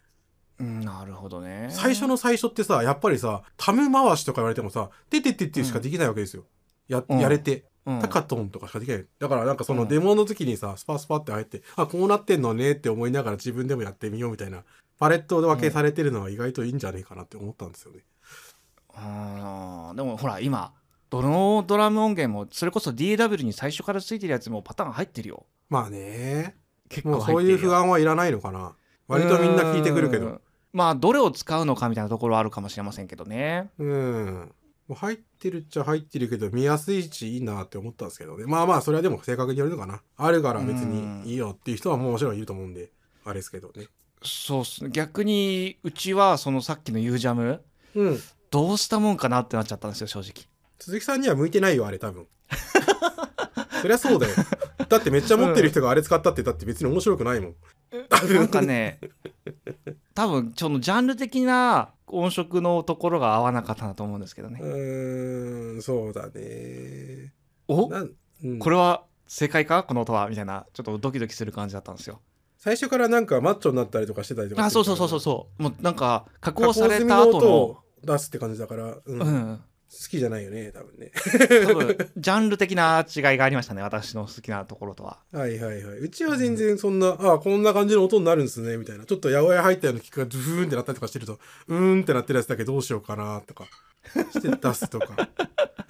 Speaker 1: うんなるほどね
Speaker 2: 最初の最初ってさ、やっぱりさ、タム回しとか言われてもさ、てててっていうしかできないわけですよ。や、
Speaker 1: うん
Speaker 2: やれて。
Speaker 1: うん
Speaker 2: タカトンとかしかできない。だからなんかそうの
Speaker 1: ん
Speaker 2: デモの時にさ、スパスパって入って、あ、こうなってんのねって思いながら自分でもやってみようみたいな、パレット分けされてるのは意外といいんじゃねえかなって思ったんですよね。
Speaker 1: うんでもほら今どのドラム音源もそれこそ DAW に最初からついてるやつもパターン入ってるよ
Speaker 2: まあね。
Speaker 1: 結
Speaker 2: も
Speaker 1: 構
Speaker 2: う
Speaker 1: 入っ
Speaker 2: そう
Speaker 1: てる
Speaker 2: い
Speaker 1: よ
Speaker 2: う不安はいらないのかな。割とみんな聞いてくるけ
Speaker 1: う
Speaker 2: ど。
Speaker 1: んまあどれを使うのかみたいなところはあるかもしれませんけどね
Speaker 2: うん。もう入ってるっちゃ入ってるけど、見やすいしいいなって思ったんですけどね。まあまあ、それはでも正確によるのかな。あるから別にいいよっていう人はもうもちろんいると思うんで、あれですけどね。
Speaker 1: そうっすね逆にうちはそのさっきのユージャム
Speaker 2: うん。
Speaker 1: どうしたもんかなってなっちゃったんですよ正直
Speaker 2: 鈴木さんには向いてないよあれ多分 そりゃそうだよだってめっちゃ持ってる人があれ使ったってだって別に面白くないもん
Speaker 1: なんか ね多分そのジャンル的な音色のところが合わなかったなと思うんですけど
Speaker 2: う
Speaker 1: ね
Speaker 2: ーんそうだね
Speaker 1: お
Speaker 2: なん、うん、
Speaker 1: これは正解かこの音はみたいなちょっとドキドキする感じだったんですよ
Speaker 2: 最初からなんかマッチョになったりとかしてたりとか
Speaker 1: あそうそうそうそう
Speaker 2: う
Speaker 1: そうもうなんか加
Speaker 2: こ
Speaker 1: 工
Speaker 2: う
Speaker 1: さ
Speaker 2: さ
Speaker 1: れ
Speaker 2: れ
Speaker 1: た
Speaker 2: た
Speaker 1: 後
Speaker 2: 音を
Speaker 1: の
Speaker 2: 出すって感じだから、うん
Speaker 1: う
Speaker 2: 好
Speaker 1: ん
Speaker 2: きじゃないよね多分ね
Speaker 1: 多分ジャンル的な違いがありましたね私の好きなところとは
Speaker 2: はいはいはいうちは全然そんな、あこんな感じの音になるんですねみたいなちょっと八百屋入ったような聞くがドゥーンってなったりとかしてるとうーんってなってるやつだけどうしようかなとかして出すとか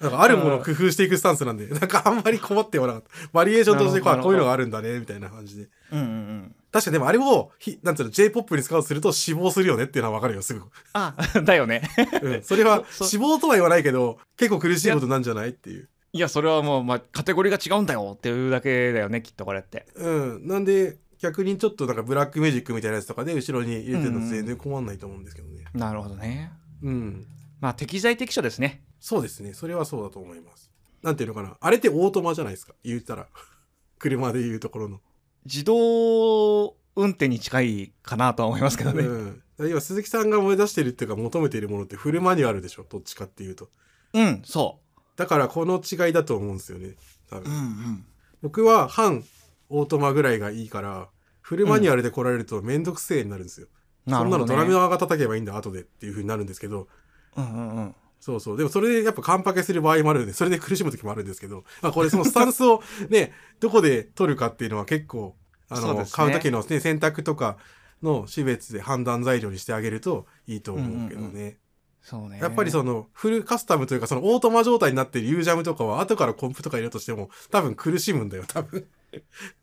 Speaker 2: なんかあるものを工夫していくスタンス なんでなんかあんまり困ってはなかったバリエーションとしてこ
Speaker 1: な
Speaker 2: う
Speaker 1: る
Speaker 2: こ
Speaker 1: ほど
Speaker 2: ういうのがあるんだねみたいな感じで
Speaker 1: うんうんうん
Speaker 2: 確かにでもあれをひなんつうの J−POP に使おうとすると死亡するよねっていうのは分かるよすぐ、
Speaker 1: あ だよね
Speaker 2: うん、それは
Speaker 1: そ
Speaker 2: 死亡とは言わないけど結構苦しいことなんじゃないっていう
Speaker 1: いやそれはもう、まあ、カテゴリーが違うんだよっていうだけだよねきっとこれって
Speaker 2: うん、なんで逆にちょっとなんかブラックミュージックみたいなやつとかで後ろに入れてるの全然困んないと思うんですけどね。
Speaker 1: なるほどね
Speaker 2: うん、
Speaker 1: まあ適材適所ですね
Speaker 2: そうですね。それはそうだと思います。なんていうのかな。あれってオートマじゃないですか。言ったら。 車で言うところの。
Speaker 1: 自動運転に近いかなとは思いますけどね
Speaker 2: うん。今鈴木さんが目指してるっていうか求めているものってフルマニュアルでしょ。どっちかっていうと。
Speaker 1: うん、そ
Speaker 2: だからこの違いだと思うんですよね。多
Speaker 1: う
Speaker 2: 分。
Speaker 1: んうん
Speaker 2: 僕は半オートマぐらいがいいから、フルマニュアルで来られるとめんどくせえになるんですよ。
Speaker 1: な
Speaker 2: そ
Speaker 1: る
Speaker 2: んな
Speaker 1: ほ
Speaker 2: の
Speaker 1: ど、ね、
Speaker 2: ドラム側が叩けばいいんだ、後でっていう風になるんですけど、
Speaker 1: うんうんうん
Speaker 2: そうそう。でもそれでやっぱカンパケする場合もあるんで、それで苦しむ時もあるんですけど、まあこれそのスタンスを ね、どこで取るかっていうのは結構、あ
Speaker 1: そう
Speaker 2: の、
Speaker 1: ですね
Speaker 2: 買う時の、ね、選択とかの種別で判断材料にしてあげるといいと思うけどね。
Speaker 1: うんうそうね
Speaker 2: やっぱりそのフルカスタムというかそのオートマ状態になってるユージャムとかは後からコンプとか入れようとしても多分苦しむんだよ、多分。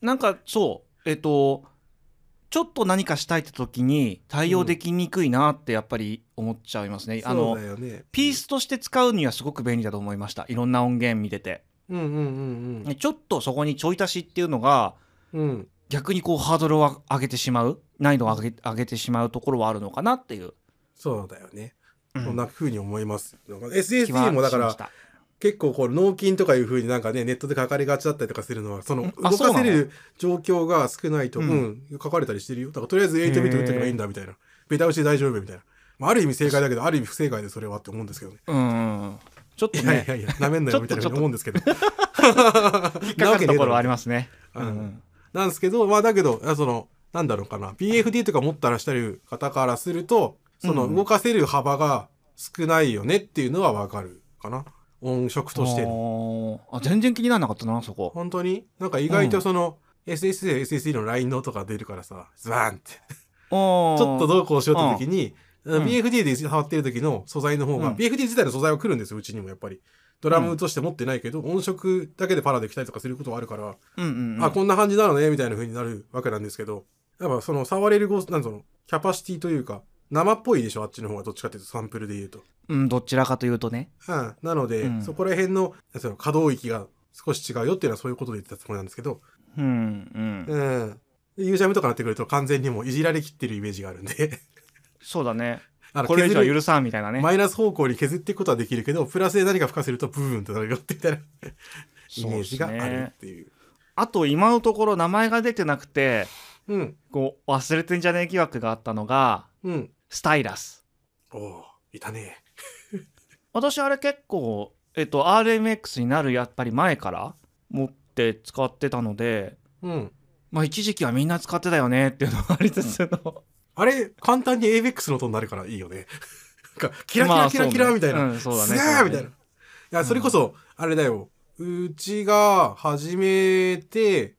Speaker 1: なんかそうえっとちょっと何かしたいって時に対応できにくいなってやっぱり思っちゃいますね、あ
Speaker 2: そう
Speaker 1: の
Speaker 2: だよね。
Speaker 1: ピー。スとして使うにはすごく便利だと思いましたいろんな音源見てて
Speaker 2: うんうんうん
Speaker 1: ちょっとそこにちょい足しっていうのが
Speaker 2: うん。うん。
Speaker 1: 逆にこうハードルを上げてしまう難易度を上げ上げてしまうところはあるのかなっていう、
Speaker 2: そうだよね。
Speaker 1: うん
Speaker 2: そんな風に思います。
Speaker 1: 気は
Speaker 2: SSD もだから
Speaker 1: しまし、た
Speaker 2: 結構こう脳筋とかいう風になんかねネットで書かれがちだったりとかするのはその
Speaker 1: ん
Speaker 2: 動
Speaker 1: あそう
Speaker 2: か
Speaker 1: な
Speaker 2: せ
Speaker 1: の
Speaker 2: る状況が少ないと、う
Speaker 1: うんん
Speaker 2: 書かれたりしてるよだからとりあえず8ビート打っとけばいいんだみたいなベタ打ちで大丈夫みたいな、まあ、ある意味正解だけどある意味不正解でそれはって思うんですけどね
Speaker 1: うんうんちょっと
Speaker 2: い
Speaker 1: ね
Speaker 2: やいやいやなめんなよみたいな
Speaker 1: ちょっと
Speaker 2: 思うんですけど
Speaker 1: 引っかかるところはあり
Speaker 2: ま
Speaker 1: ますね
Speaker 2: うん
Speaker 1: うんうん
Speaker 2: なんですけどまあだけどあそのなんだろうかな BFD とか持ったらしたる方からするとその
Speaker 1: うん
Speaker 2: 動かせる幅が少ないよねっていうのはわかるかな、音色としての。
Speaker 1: のあ全然気にならなかったなそこ
Speaker 2: 本当になんか意外とその、SSA、SSE の LINE の音が出るからさ、ズバーンって。
Speaker 1: ちょ
Speaker 2: ちょっとどうこうしようって時に、あの
Speaker 1: うん
Speaker 2: BFD で触ってる時の素材の方が、
Speaker 1: うん
Speaker 2: BFD 自体の素材は来るんですよ、うちにもやっぱり。ドラムとして持ってないけど、音色だけでパラできたりとかすることはあるから、
Speaker 1: うんうんうん
Speaker 2: あ、こんな感じなのね、みたいな風になるわけなんですけど、やっぱその触れるご、なんその、キャパシティというか、生っぽいでしょ、あっちの方がどっちかっていうと、サンプルで言うと。
Speaker 1: うんどちらかというとね
Speaker 2: うん、なので、
Speaker 1: うん
Speaker 2: そこら辺の、その可動域が少し違うよっていうのはそういうことで言ってたつもりなんですけど、
Speaker 1: うんうん、
Speaker 2: うん。でユージャムとかなってくると完全にもういじられきってるイメージがあるんで、
Speaker 1: そうだね
Speaker 2: あの
Speaker 1: これ以上
Speaker 2: 削
Speaker 1: は
Speaker 2: る
Speaker 1: 許さんみたいなね
Speaker 2: マイナス方向に削っていくことはできるけど、プラスで何か付加するとブーンとなるよってみたいなイメージがあ
Speaker 1: そうです
Speaker 2: る
Speaker 1: ね
Speaker 2: っていう。
Speaker 1: あと今のところ名前が出てなくて
Speaker 2: うん、
Speaker 1: こう忘れてんじゃねえ疑惑があったのが
Speaker 2: うん。
Speaker 1: スタイラス
Speaker 2: おおいたね。
Speaker 1: 私あれ結構、えっと、RMX になるやっぱり前から持って使ってたので
Speaker 2: うん。
Speaker 1: まあ一時期はみんな使ってたよねっていうのがありつつの
Speaker 2: あれ、簡単に ABEX の音になるからいいよね。 なんか、 キラキラキラキラみたいな。
Speaker 1: まあそうねうんそ
Speaker 2: す
Speaker 1: う
Speaker 2: げ
Speaker 1: だね
Speaker 2: ーみたいな。いや、それこそ、あれだよ。うちが始めて、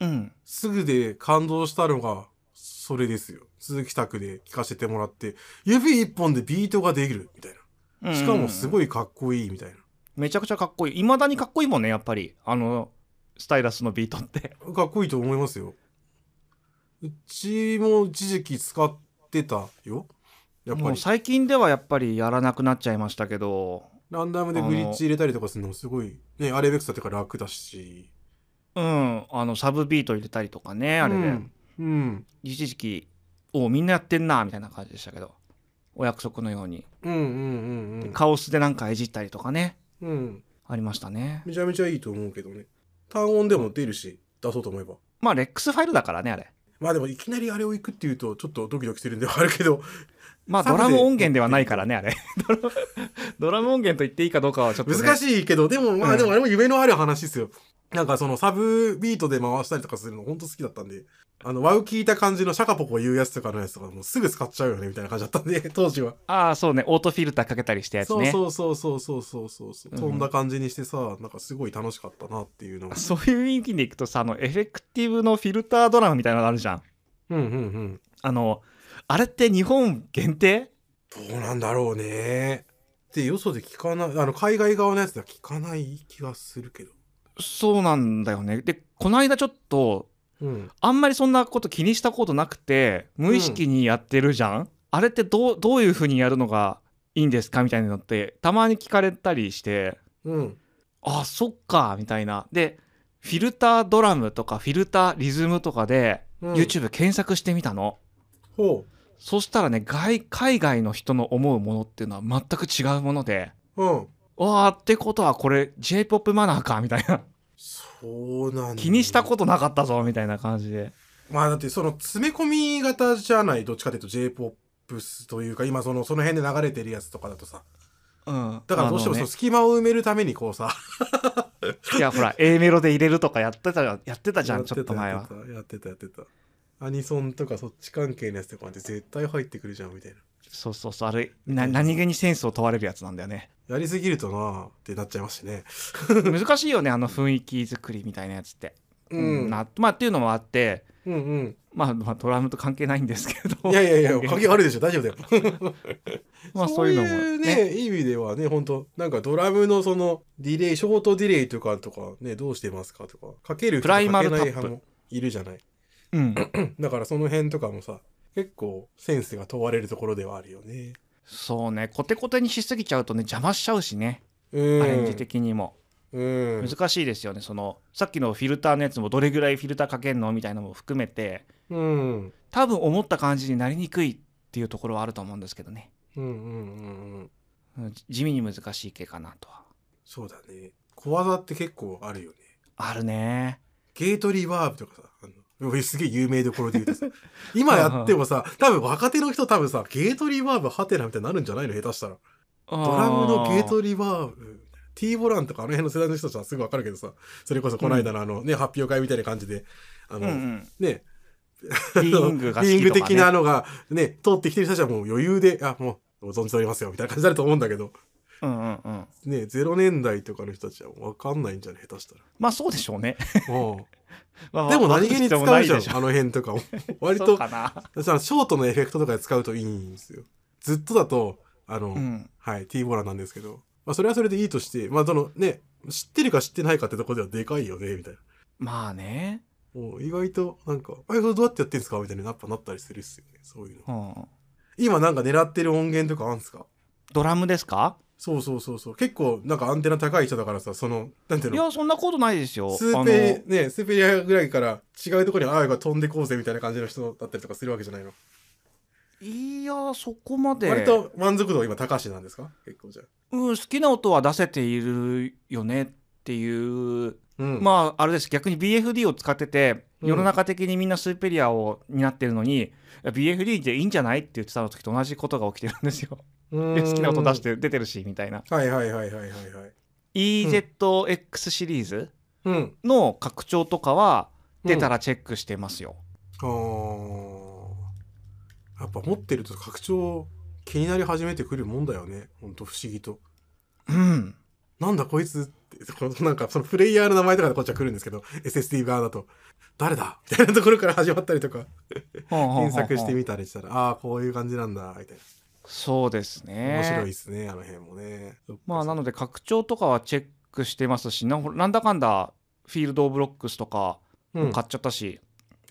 Speaker 1: うん
Speaker 2: すぐで感動したのが、それですよ。鈴木拓で聞かせてもらって、指一本でビートができる、みたいな。しかもす
Speaker 1: い
Speaker 2: ごいかっこいい、みたいな。
Speaker 1: めちゃくちゃかっこいいいまだにかっこいいもんねやっぱりあのスタイラスのビートって
Speaker 2: かっこいいと思いますよ。うちも一時期使ってたよ。やっぱ
Speaker 1: もう
Speaker 2: り、
Speaker 1: 最近ではやっぱりやらなくなっちゃいましたけど
Speaker 2: ランダムでブリッジ入れたりとかするのもすごい、ね、アレベックスだってから楽だし。
Speaker 1: うんあのサブビート入れたりとかねあれで、
Speaker 2: うん。うん。
Speaker 1: 一時期おみんなやってんなみたいな感じでしたけどお約束のように、
Speaker 2: うんうんうんうん。
Speaker 1: カオスでなんかいじったりとかね
Speaker 2: うん。
Speaker 1: ありましたね
Speaker 2: めちゃめちゃいいと思うけどね。単音でも出るし、出そうと思えば。
Speaker 1: まあレックスファイルだからねあれ
Speaker 2: まあでもいきなりあれを行くっていうと、ちょっとドキドキするんではあるけど、
Speaker 1: まあ
Speaker 2: サブ
Speaker 1: ド
Speaker 2: で
Speaker 1: ラム音源ではないからねあ れドラムドラム音源と言っていいかどうかはちょっと、ね、
Speaker 2: 難
Speaker 1: い
Speaker 2: しいけど、でもま
Speaker 1: う
Speaker 2: あ
Speaker 1: ん
Speaker 2: でもあれも夢のある話ですよ。なんかそのサブビートで回したりとかするのほんと好きだったんで、あの、ワウ聞いた感じのシャカポコ言うやつとかのやつとかもうすぐ使っちゃうよねみたいな感じだったんで、 当時は。
Speaker 1: ああそうねオートフィルターかけたりしたやつ
Speaker 2: そう
Speaker 1: ね
Speaker 2: そうそうそうそうそうそうそう。
Speaker 1: うん
Speaker 2: 飛んだ感じにしてさ、なんかすごい楽しかったなっていうのが。
Speaker 1: そういう意味でいくとさあのエフェクティブのフィルタードラムみたいなのあるじゃん
Speaker 2: うんうんうん。
Speaker 1: あのあれって日本限定
Speaker 2: どうなんだろうね。で、よそで聞かない、あの、海外側のやつでは聞かない気がするけど。
Speaker 1: そうなんだよねでこの間ちょっと
Speaker 2: うん。
Speaker 1: あんまりそんなこと気にしたことなくて無意識にやってるじゃん、あれってどうどういうふうにやるのがいいんですかみたいなのってたまに聞かれたりして
Speaker 2: うん。
Speaker 1: あそっかみたいなでフィルタードラムとかフィルターリズムとかで
Speaker 2: うん
Speaker 1: YouTube 検索してみたの、
Speaker 2: ほ
Speaker 1: そしたらね外海外の人の思うものっていうのは全く違うもので
Speaker 2: う。うん。
Speaker 1: わあってことはこれ j p o p マナーかみたいな
Speaker 2: そうなんだね
Speaker 1: 気にしたことなかったぞみたいな感じで
Speaker 2: まあだってその詰め込み型じゃない、どっちかというと J-POP スというか、今その、その辺で流れてるやつとかだとさ。
Speaker 1: うん
Speaker 2: だからどうしても
Speaker 1: あの
Speaker 2: その
Speaker 1: ね
Speaker 2: 隙間を埋めるためにこうさ。
Speaker 1: いやほら A メロで入れるとかやってたやってたじゃ
Speaker 2: や
Speaker 1: ん
Speaker 2: て
Speaker 1: ちょっと前は
Speaker 2: たやってた、やってた。アニソンとかそっち関係のやつとかって絶対入ってくるじゃん、みたいな。
Speaker 1: そうそうそうあれな何気にセンスを問われるやつなんだよ ね
Speaker 2: やりすぎるとなあってなっちゃいますしね。
Speaker 1: 難しいよねあの雰囲気作りみたいなやつって、うんなまあっていうのもあって
Speaker 2: うん
Speaker 1: まあ、まあ、ドラムと関係ないんですけ
Speaker 2: う
Speaker 1: ど
Speaker 2: ん。いやいやいや、鍵あるでしょ、大丈夫だよ。
Speaker 1: まあそういうの
Speaker 2: そうい
Speaker 1: も
Speaker 2: うね意味ではね本当なんかドラムのそのディレイショートディレイとかとかねどうしてますかとかかける
Speaker 1: プライマル
Speaker 2: かけない派
Speaker 1: タッ
Speaker 2: もいるじゃない
Speaker 1: うん
Speaker 2: だからその辺とかもさ結構センスが問われるところではあるよね
Speaker 1: そうねコテコテにしすぎちゃうとね邪魔しちゃうしね、
Speaker 2: うん
Speaker 1: アレンジ的にも
Speaker 2: うん
Speaker 1: 難しいですよねそのさっきのフィルターのやつもどれぐらいフィルターかけんのみたいなのも含めて
Speaker 2: うん
Speaker 1: 多分思った感じになりにくいっていうところはあると思うんですけどね、
Speaker 2: うんうんうんうん
Speaker 1: うん地地味に難しい系かなとは
Speaker 2: そうだね小技って結構あるよね
Speaker 1: あるね
Speaker 2: ゲートリバーブとかさあの俺すげえ有名どころで言 うとさ今やってもさ多分若手の人多分さゲートリバーブハテナみたいになるんじゃないの下手したら
Speaker 1: ド
Speaker 2: ドラムのゲートリバーブ、T ボランとかあの辺の世代の人たちはすぐわかるけどさ、それこそこの間のあのね、発表会みたいな感じで、あ
Speaker 1: うん
Speaker 2: の、
Speaker 1: うん
Speaker 2: ね、
Speaker 1: ビーイングが好
Speaker 2: リーイン
Speaker 1: き
Speaker 2: グ
Speaker 1: とか、ね、
Speaker 2: 的なのがね、通ってきてる人たちはもう余裕で、あ、もう、存じておりますよ、みたいな感じになると思うんだけど、
Speaker 1: うんうんうん。
Speaker 2: ね、0年代とかの人たちは分かんないんじゃね下手したら。
Speaker 1: まあそうでしょうね。
Speaker 2: うん
Speaker 1: まあ
Speaker 2: でも何気に使うじゃ
Speaker 1: 悪くてもないでしょ
Speaker 2: ん、あの辺と かも。割
Speaker 1: そう
Speaker 2: と、
Speaker 1: かな。
Speaker 2: さショートのエフェクトとかで使うといいんですよ。ずっとだと、あの、
Speaker 1: うん。
Speaker 2: はい、T ボランなんですけど、まあ、それはそれでいいとして、まあ、そのね、知ってるか知ってないかってとこではでかいよね、みたいな。
Speaker 1: まあね。
Speaker 2: もう意外と、なんか、あ、これどうやってやってんですかみたいにやっぱなったりするっすよね、そういうの
Speaker 1: う。ん。
Speaker 2: 今なんか狙ってる音源とかあんすか
Speaker 1: ドラムですか
Speaker 2: そうそうそうそう。結構、なんかアンテナ高い人だからさ、その、なんていう
Speaker 1: い
Speaker 2: の
Speaker 1: や、そんなことないですよ。
Speaker 2: スーペリ、ね、スーペリアぐらいから違うところにああが飛んでこうぜみたいな感じの人だったりとかするわけじゃないの。
Speaker 1: あのいや、そこまで。
Speaker 2: 割と満足度は今高しなんですか結構じゃあ。
Speaker 1: うん、好きな音は出せているよねっていう、
Speaker 2: うん。
Speaker 1: まああれです逆に BFD を使ってて
Speaker 2: うん
Speaker 1: 世の中的にみんなスーペリアをになってるのに、いや BFD でいいんじゃないって言ってたの時と同じことが起きてるんですよ。
Speaker 2: う
Speaker 1: い
Speaker 2: ー
Speaker 1: や
Speaker 2: ん
Speaker 1: 好きな音出し。て出てるしみたいな。
Speaker 2: はいはいはいはいはいはい。
Speaker 1: EZX シリーズ
Speaker 2: うん。
Speaker 1: の拡張とかは出たらチェックしてますよ。
Speaker 2: あーやっぱ持ってると拡張気になり始めてくるもんだよねほんと不思議と
Speaker 1: うん。
Speaker 2: なんだこいつってこのなんかそのプレイヤーの名前とかでこっちは来るんですけど SSD 側だと誰だみたいなところから始まったりとか検
Speaker 1: 検
Speaker 2: 索してみたりしたらああーこういう感じなんだみたい
Speaker 1: そうです
Speaker 2: な
Speaker 1: ね。
Speaker 2: 面白いですね、あの辺もね
Speaker 1: まあな
Speaker 2: の
Speaker 1: ので拡張とかはチェックしてますしななんだかんだフィールド・オブ・ロックスとか
Speaker 2: うん、
Speaker 1: 買っちゃったし、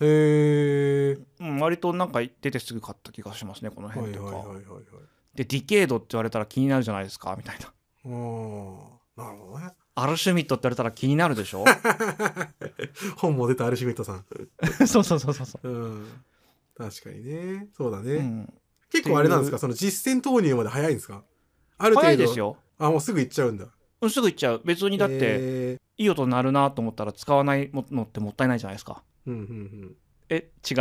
Speaker 2: へえ
Speaker 1: うん割となんか出てすぐ買った気がしますねこの
Speaker 2: はいはい
Speaker 1: 辺とか。
Speaker 2: はいはいはい
Speaker 1: でディケードって言われたら気になるじゃないですかみたいな。
Speaker 2: あーなるほどね
Speaker 1: アルシュミットって言われたら気になるでしょ
Speaker 2: 本も出たアルシメットさん
Speaker 1: そうそうそうそうそ
Speaker 2: うん確かにねそうだね、
Speaker 1: う。うん、
Speaker 2: 結構あれなんです
Speaker 1: ってい
Speaker 2: か
Speaker 1: う
Speaker 2: その実践投入まで早いんですかある程度
Speaker 1: 早いですよ。
Speaker 2: あもうすぐ行っちゃうんだ
Speaker 1: うんすぐ行っちゃう。別にだって
Speaker 2: え
Speaker 1: いい音鳴るなと思ったら使わないものってもったいないじゃないですか。
Speaker 2: ーうんうん
Speaker 1: え 違う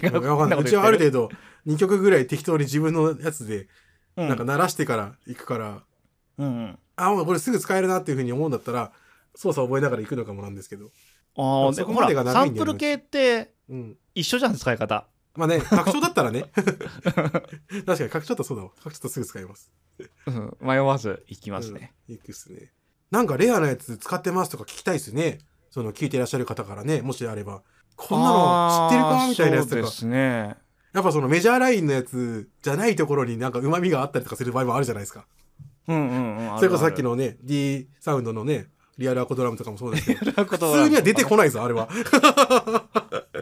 Speaker 1: 違
Speaker 2: うん、
Speaker 1: う
Speaker 2: なんかわかんな
Speaker 1: こ
Speaker 2: いう
Speaker 1: と言
Speaker 2: んち
Speaker 1: って
Speaker 2: はある程度2曲ぐらい適当に自分のやつで
Speaker 1: うん
Speaker 2: なんか鳴らしてから行くから、
Speaker 1: うんうん、
Speaker 2: あもうこれすぐ使えるなっていうふうに思うんだったら操作覚えながら行くのかもなんですけど、
Speaker 1: ああ
Speaker 2: そこ
Speaker 1: ほ
Speaker 2: までが
Speaker 1: らサ
Speaker 2: 長い
Speaker 1: ン
Speaker 2: んだ
Speaker 1: プ
Speaker 2: よね
Speaker 1: ル系って
Speaker 2: うん、
Speaker 1: 一緒じゃん使い方。
Speaker 2: まあね拡張だったらね 確かに拡張だったらそうだわ拡張だったらすぐ使えます
Speaker 1: うん、迷わず行きますね。
Speaker 2: うん、行くっすねなんかレアなやつ使ってますとか聞きたいっすねその聞いていらっしゃる方からねもしあればこんなの知ってる
Speaker 1: あ
Speaker 2: か
Speaker 1: ー
Speaker 2: みたいなや
Speaker 1: そ
Speaker 2: つ
Speaker 1: う
Speaker 2: と
Speaker 1: で
Speaker 2: か
Speaker 1: すね。
Speaker 2: やっぱそのメジャーラインのやつじゃないところになんか旨味があったりとかする場合もあるじゃないですか。
Speaker 1: うんうんうん。
Speaker 2: それこそさっ き
Speaker 1: の。
Speaker 2: のね、D サウンドのね、リアルアコドラムとかもそうですけど、
Speaker 1: 普
Speaker 2: 普通には出てこないぞ、あれは。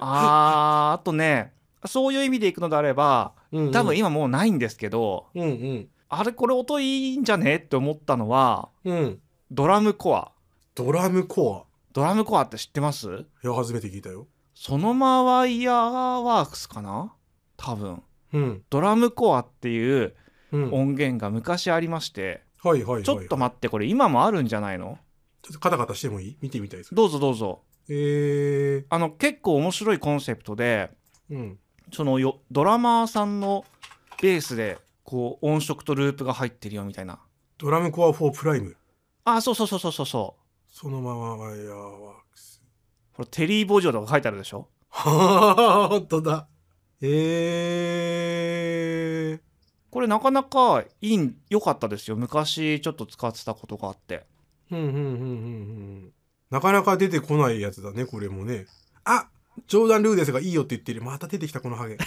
Speaker 1: あーあとねそういう意味でいくのであれば
Speaker 2: うんうん
Speaker 1: 多分今もうないんですけど、
Speaker 2: うんうん。
Speaker 1: あれこれ音いいんじゃねって思ったのは
Speaker 2: うん。
Speaker 1: ドラムコア
Speaker 2: ドラムコ
Speaker 1: ドラムコアって知ってます
Speaker 2: ア。いや、初めて聞いたよ。
Speaker 1: ソノマワイヤーワークスかな多分
Speaker 2: うん。
Speaker 1: ドラムコアっていう
Speaker 2: うん。はい
Speaker 1: 音源が昔ありまして、
Speaker 2: はいはいはい。
Speaker 1: ちょっと待ってこれ今もあるんじゃないの
Speaker 2: ちょっとカタカタしてもいい見てみたいです。
Speaker 1: どうぞどうぞ
Speaker 2: えー。
Speaker 1: あの結構面白いコンセプトで
Speaker 2: うん。
Speaker 1: そのよドラマーさんのベースでこう音色とループが入ってるよみたいな
Speaker 2: ドラムコア4プライム。
Speaker 1: あそうそうそうそうそうそう
Speaker 2: そのままワイヤーワーク ス。
Speaker 1: これテリー・ボジョとか書いてあるでしょ
Speaker 2: はぁ、ほんとだ。えー。
Speaker 1: これなかなかいいん良かったですよ昔ちょっと使ってたことがあって
Speaker 2: うんうんうんうんうん。なかなか出てこないやつだね、これもね。あジョーダン・ルーデスがいいよって言ってる。また出てきた、この ハゲ。
Speaker 1: ジ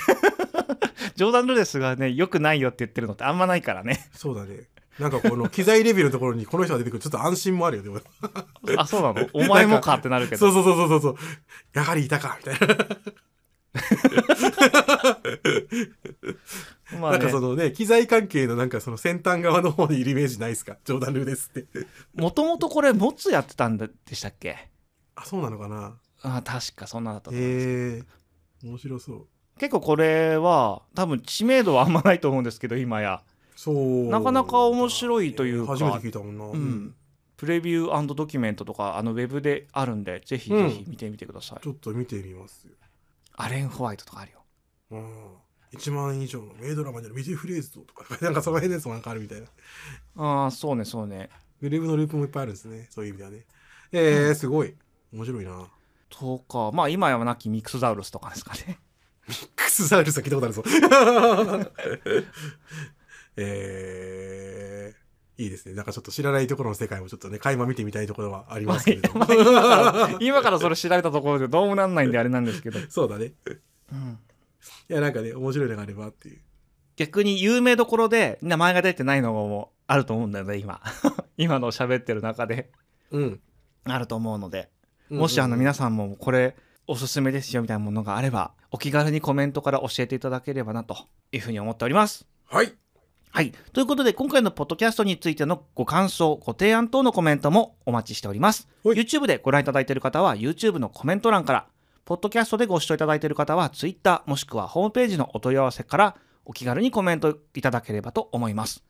Speaker 1: ョーダン・ルーデスがね良くないよって言ってるのってあんまないからね
Speaker 2: そうだね。なんかこの機材レベルのところにこの人が出てくるちょっと安心もあるよね。俺
Speaker 1: あそう なのお前もかってなるけど
Speaker 2: そうそうそうそうそう。やはりいたか、みたいな。
Speaker 1: ま
Speaker 2: な
Speaker 1: あ
Speaker 2: んかそのね、機材関係のなんかその先端側の方にいるイメージないですかジョーダン・ルーデスって。
Speaker 1: もともとこれモツやってたんでしたっけ
Speaker 2: あ、そうなのかな
Speaker 1: あ確かそんなだったと思う
Speaker 2: へえー。面白そう。
Speaker 1: 結構これは多分知名度はあんまないと思うんですけど今や
Speaker 2: そう。
Speaker 1: なかなか面白いというか
Speaker 2: 初めて聞いたもんな。う
Speaker 1: うん。プレビュードキュメントとかあのウェブであるんでぜひ
Speaker 2: う
Speaker 1: ぜ
Speaker 2: ん
Speaker 1: ひ見てみてください、
Speaker 2: ちょっと見てみますよ。
Speaker 1: アレン・ホワイトとかあるよ
Speaker 2: うん1万円以上の名ドラマにあるミディフレーズとか、 なんかその辺のやつもなんかあるみたいな。
Speaker 1: ああそうねそうね
Speaker 2: グルーブのループもいっぱいあるんですね。そういう意味ではね。えー、すごい。面白いな。
Speaker 1: とかまあ今やはなきミクソザウルスとかですかね
Speaker 2: クスザウルス は聞いたことあるぞ。えー、いいですね。なんかちょっと知らないところの世界もちょっとね、垣間見てみたいところはありますけれども。
Speaker 1: まあ今から今からそれ調べたところでどうもなんないんであれなんですけど、
Speaker 2: そうだね。
Speaker 1: うん
Speaker 2: いや、なんかね、面白いのがあればっていう。
Speaker 1: 逆に有名どころで名前が出てないのもあると思うんだよね今 今の喋ってる中で
Speaker 2: うん。
Speaker 1: あると思うのでもしあの皆さんもこれおすすめですよみたいなものがあればお気軽にコメントから教えていただければなというふうに思っております。
Speaker 2: はい。
Speaker 1: はい。ということで、今回のポッドキャストについてのご感想、ご提案等のコメントもお待ちしております。
Speaker 2: はい
Speaker 1: YouTube でご覧いただいている方は、YouTube のコメント欄から、ポッドキャストでご視聴いただいている方は、Twitter もしくはホームページのお問い合わせから、お気軽にコメントいただければと思います。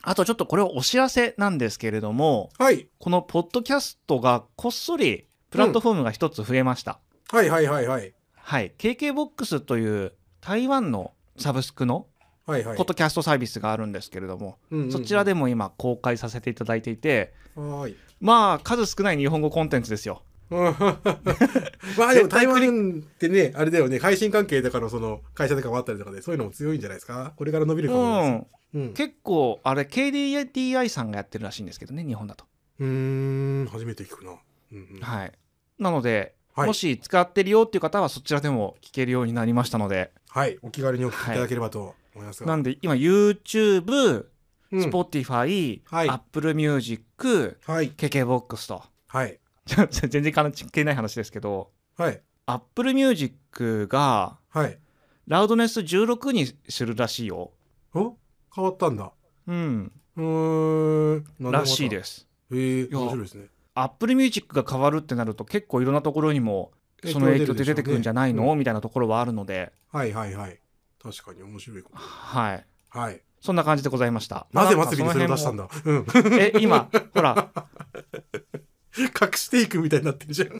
Speaker 1: あと、ちょっとこれはお知らせなんですけれども、
Speaker 2: はい。
Speaker 1: このポッドキャストがこっそりプラットフォームが一つ増えました。
Speaker 2: はいはいはいはい。
Speaker 1: はい。KKBOX という台湾のサブスクの
Speaker 2: はいはい
Speaker 1: ポッ。ドキャストサービスがあるんですけれども、
Speaker 2: うんうんうん
Speaker 1: そちら。でも今公開させていただいていて、
Speaker 2: はーい。
Speaker 1: まあ数少ない日本語コンテンツですよ。
Speaker 2: うんまあでも台湾ってね、あれだよね、配信関係とかのその会社とかもあったりとかで、そういうのも強いんじゃないですかこれから伸び
Speaker 1: う
Speaker 2: るかもしれない
Speaker 1: ん、
Speaker 2: です。
Speaker 1: 結構あれ KDDI さんがやってるらしいんですけどね日本だと。
Speaker 2: うん。うーん、初めて聞くな。うんうん
Speaker 1: はい、なので、
Speaker 2: はい
Speaker 1: もし使ってるよっていう方はそちらでも聞けるようになりましたので
Speaker 2: はい。お気軽にお聞きいただければと思います
Speaker 1: な
Speaker 2: が。
Speaker 1: んで今 YouTube、
Speaker 2: うん
Speaker 1: Spotify、
Speaker 2: はい
Speaker 1: Apple Music、
Speaker 2: はい。
Speaker 1: KKBOX と
Speaker 2: はい。
Speaker 1: 全然関係ない話ですけど
Speaker 2: はい。
Speaker 1: Apple Music が
Speaker 2: はい。
Speaker 1: ラウドネス16にするらしいよ。
Speaker 2: お変わったんだ。
Speaker 1: うん、
Speaker 2: うーん。なん。
Speaker 1: らしいですす。
Speaker 2: へえ、
Speaker 1: や
Speaker 2: 面白いですね。
Speaker 1: アップルミュージックが変わるってなると結構いろんなところにもその影響で出てくるんじゃないの、
Speaker 2: 影響出るでしょうね
Speaker 1: みたいなところはあるので
Speaker 2: はいはいはい。確かに面白いかも。
Speaker 1: はい
Speaker 2: はい。
Speaker 1: そんな感じでございました
Speaker 2: なぜ末尾にそれを出したん
Speaker 1: だ
Speaker 2: だうん。
Speaker 1: え今ほら
Speaker 2: 隠していくみたいになってるじゃん。
Speaker 1: い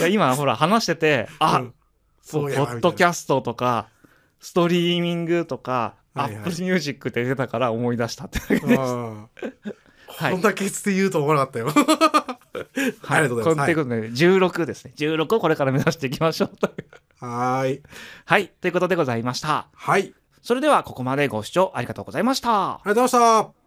Speaker 1: や今ほら話しててあ、
Speaker 2: うん
Speaker 1: ポ
Speaker 2: そうや
Speaker 1: ッドキ
Speaker 2: ャ
Speaker 1: ャストとかストリーミングとか、
Speaker 2: はいはい
Speaker 1: アップルミュージックって出たから思い出した ってだけですは
Speaker 2: ッ
Speaker 1: い
Speaker 2: こんなケツで言うと思わなかったよ。 ありがとうございます
Speaker 1: ということで、16ですね16をこれから目指していきましょうという
Speaker 2: はーい。
Speaker 1: はいということでございました
Speaker 2: はい。あり
Speaker 1: それではここまでご視聴ありがとうございました
Speaker 2: がとうございました。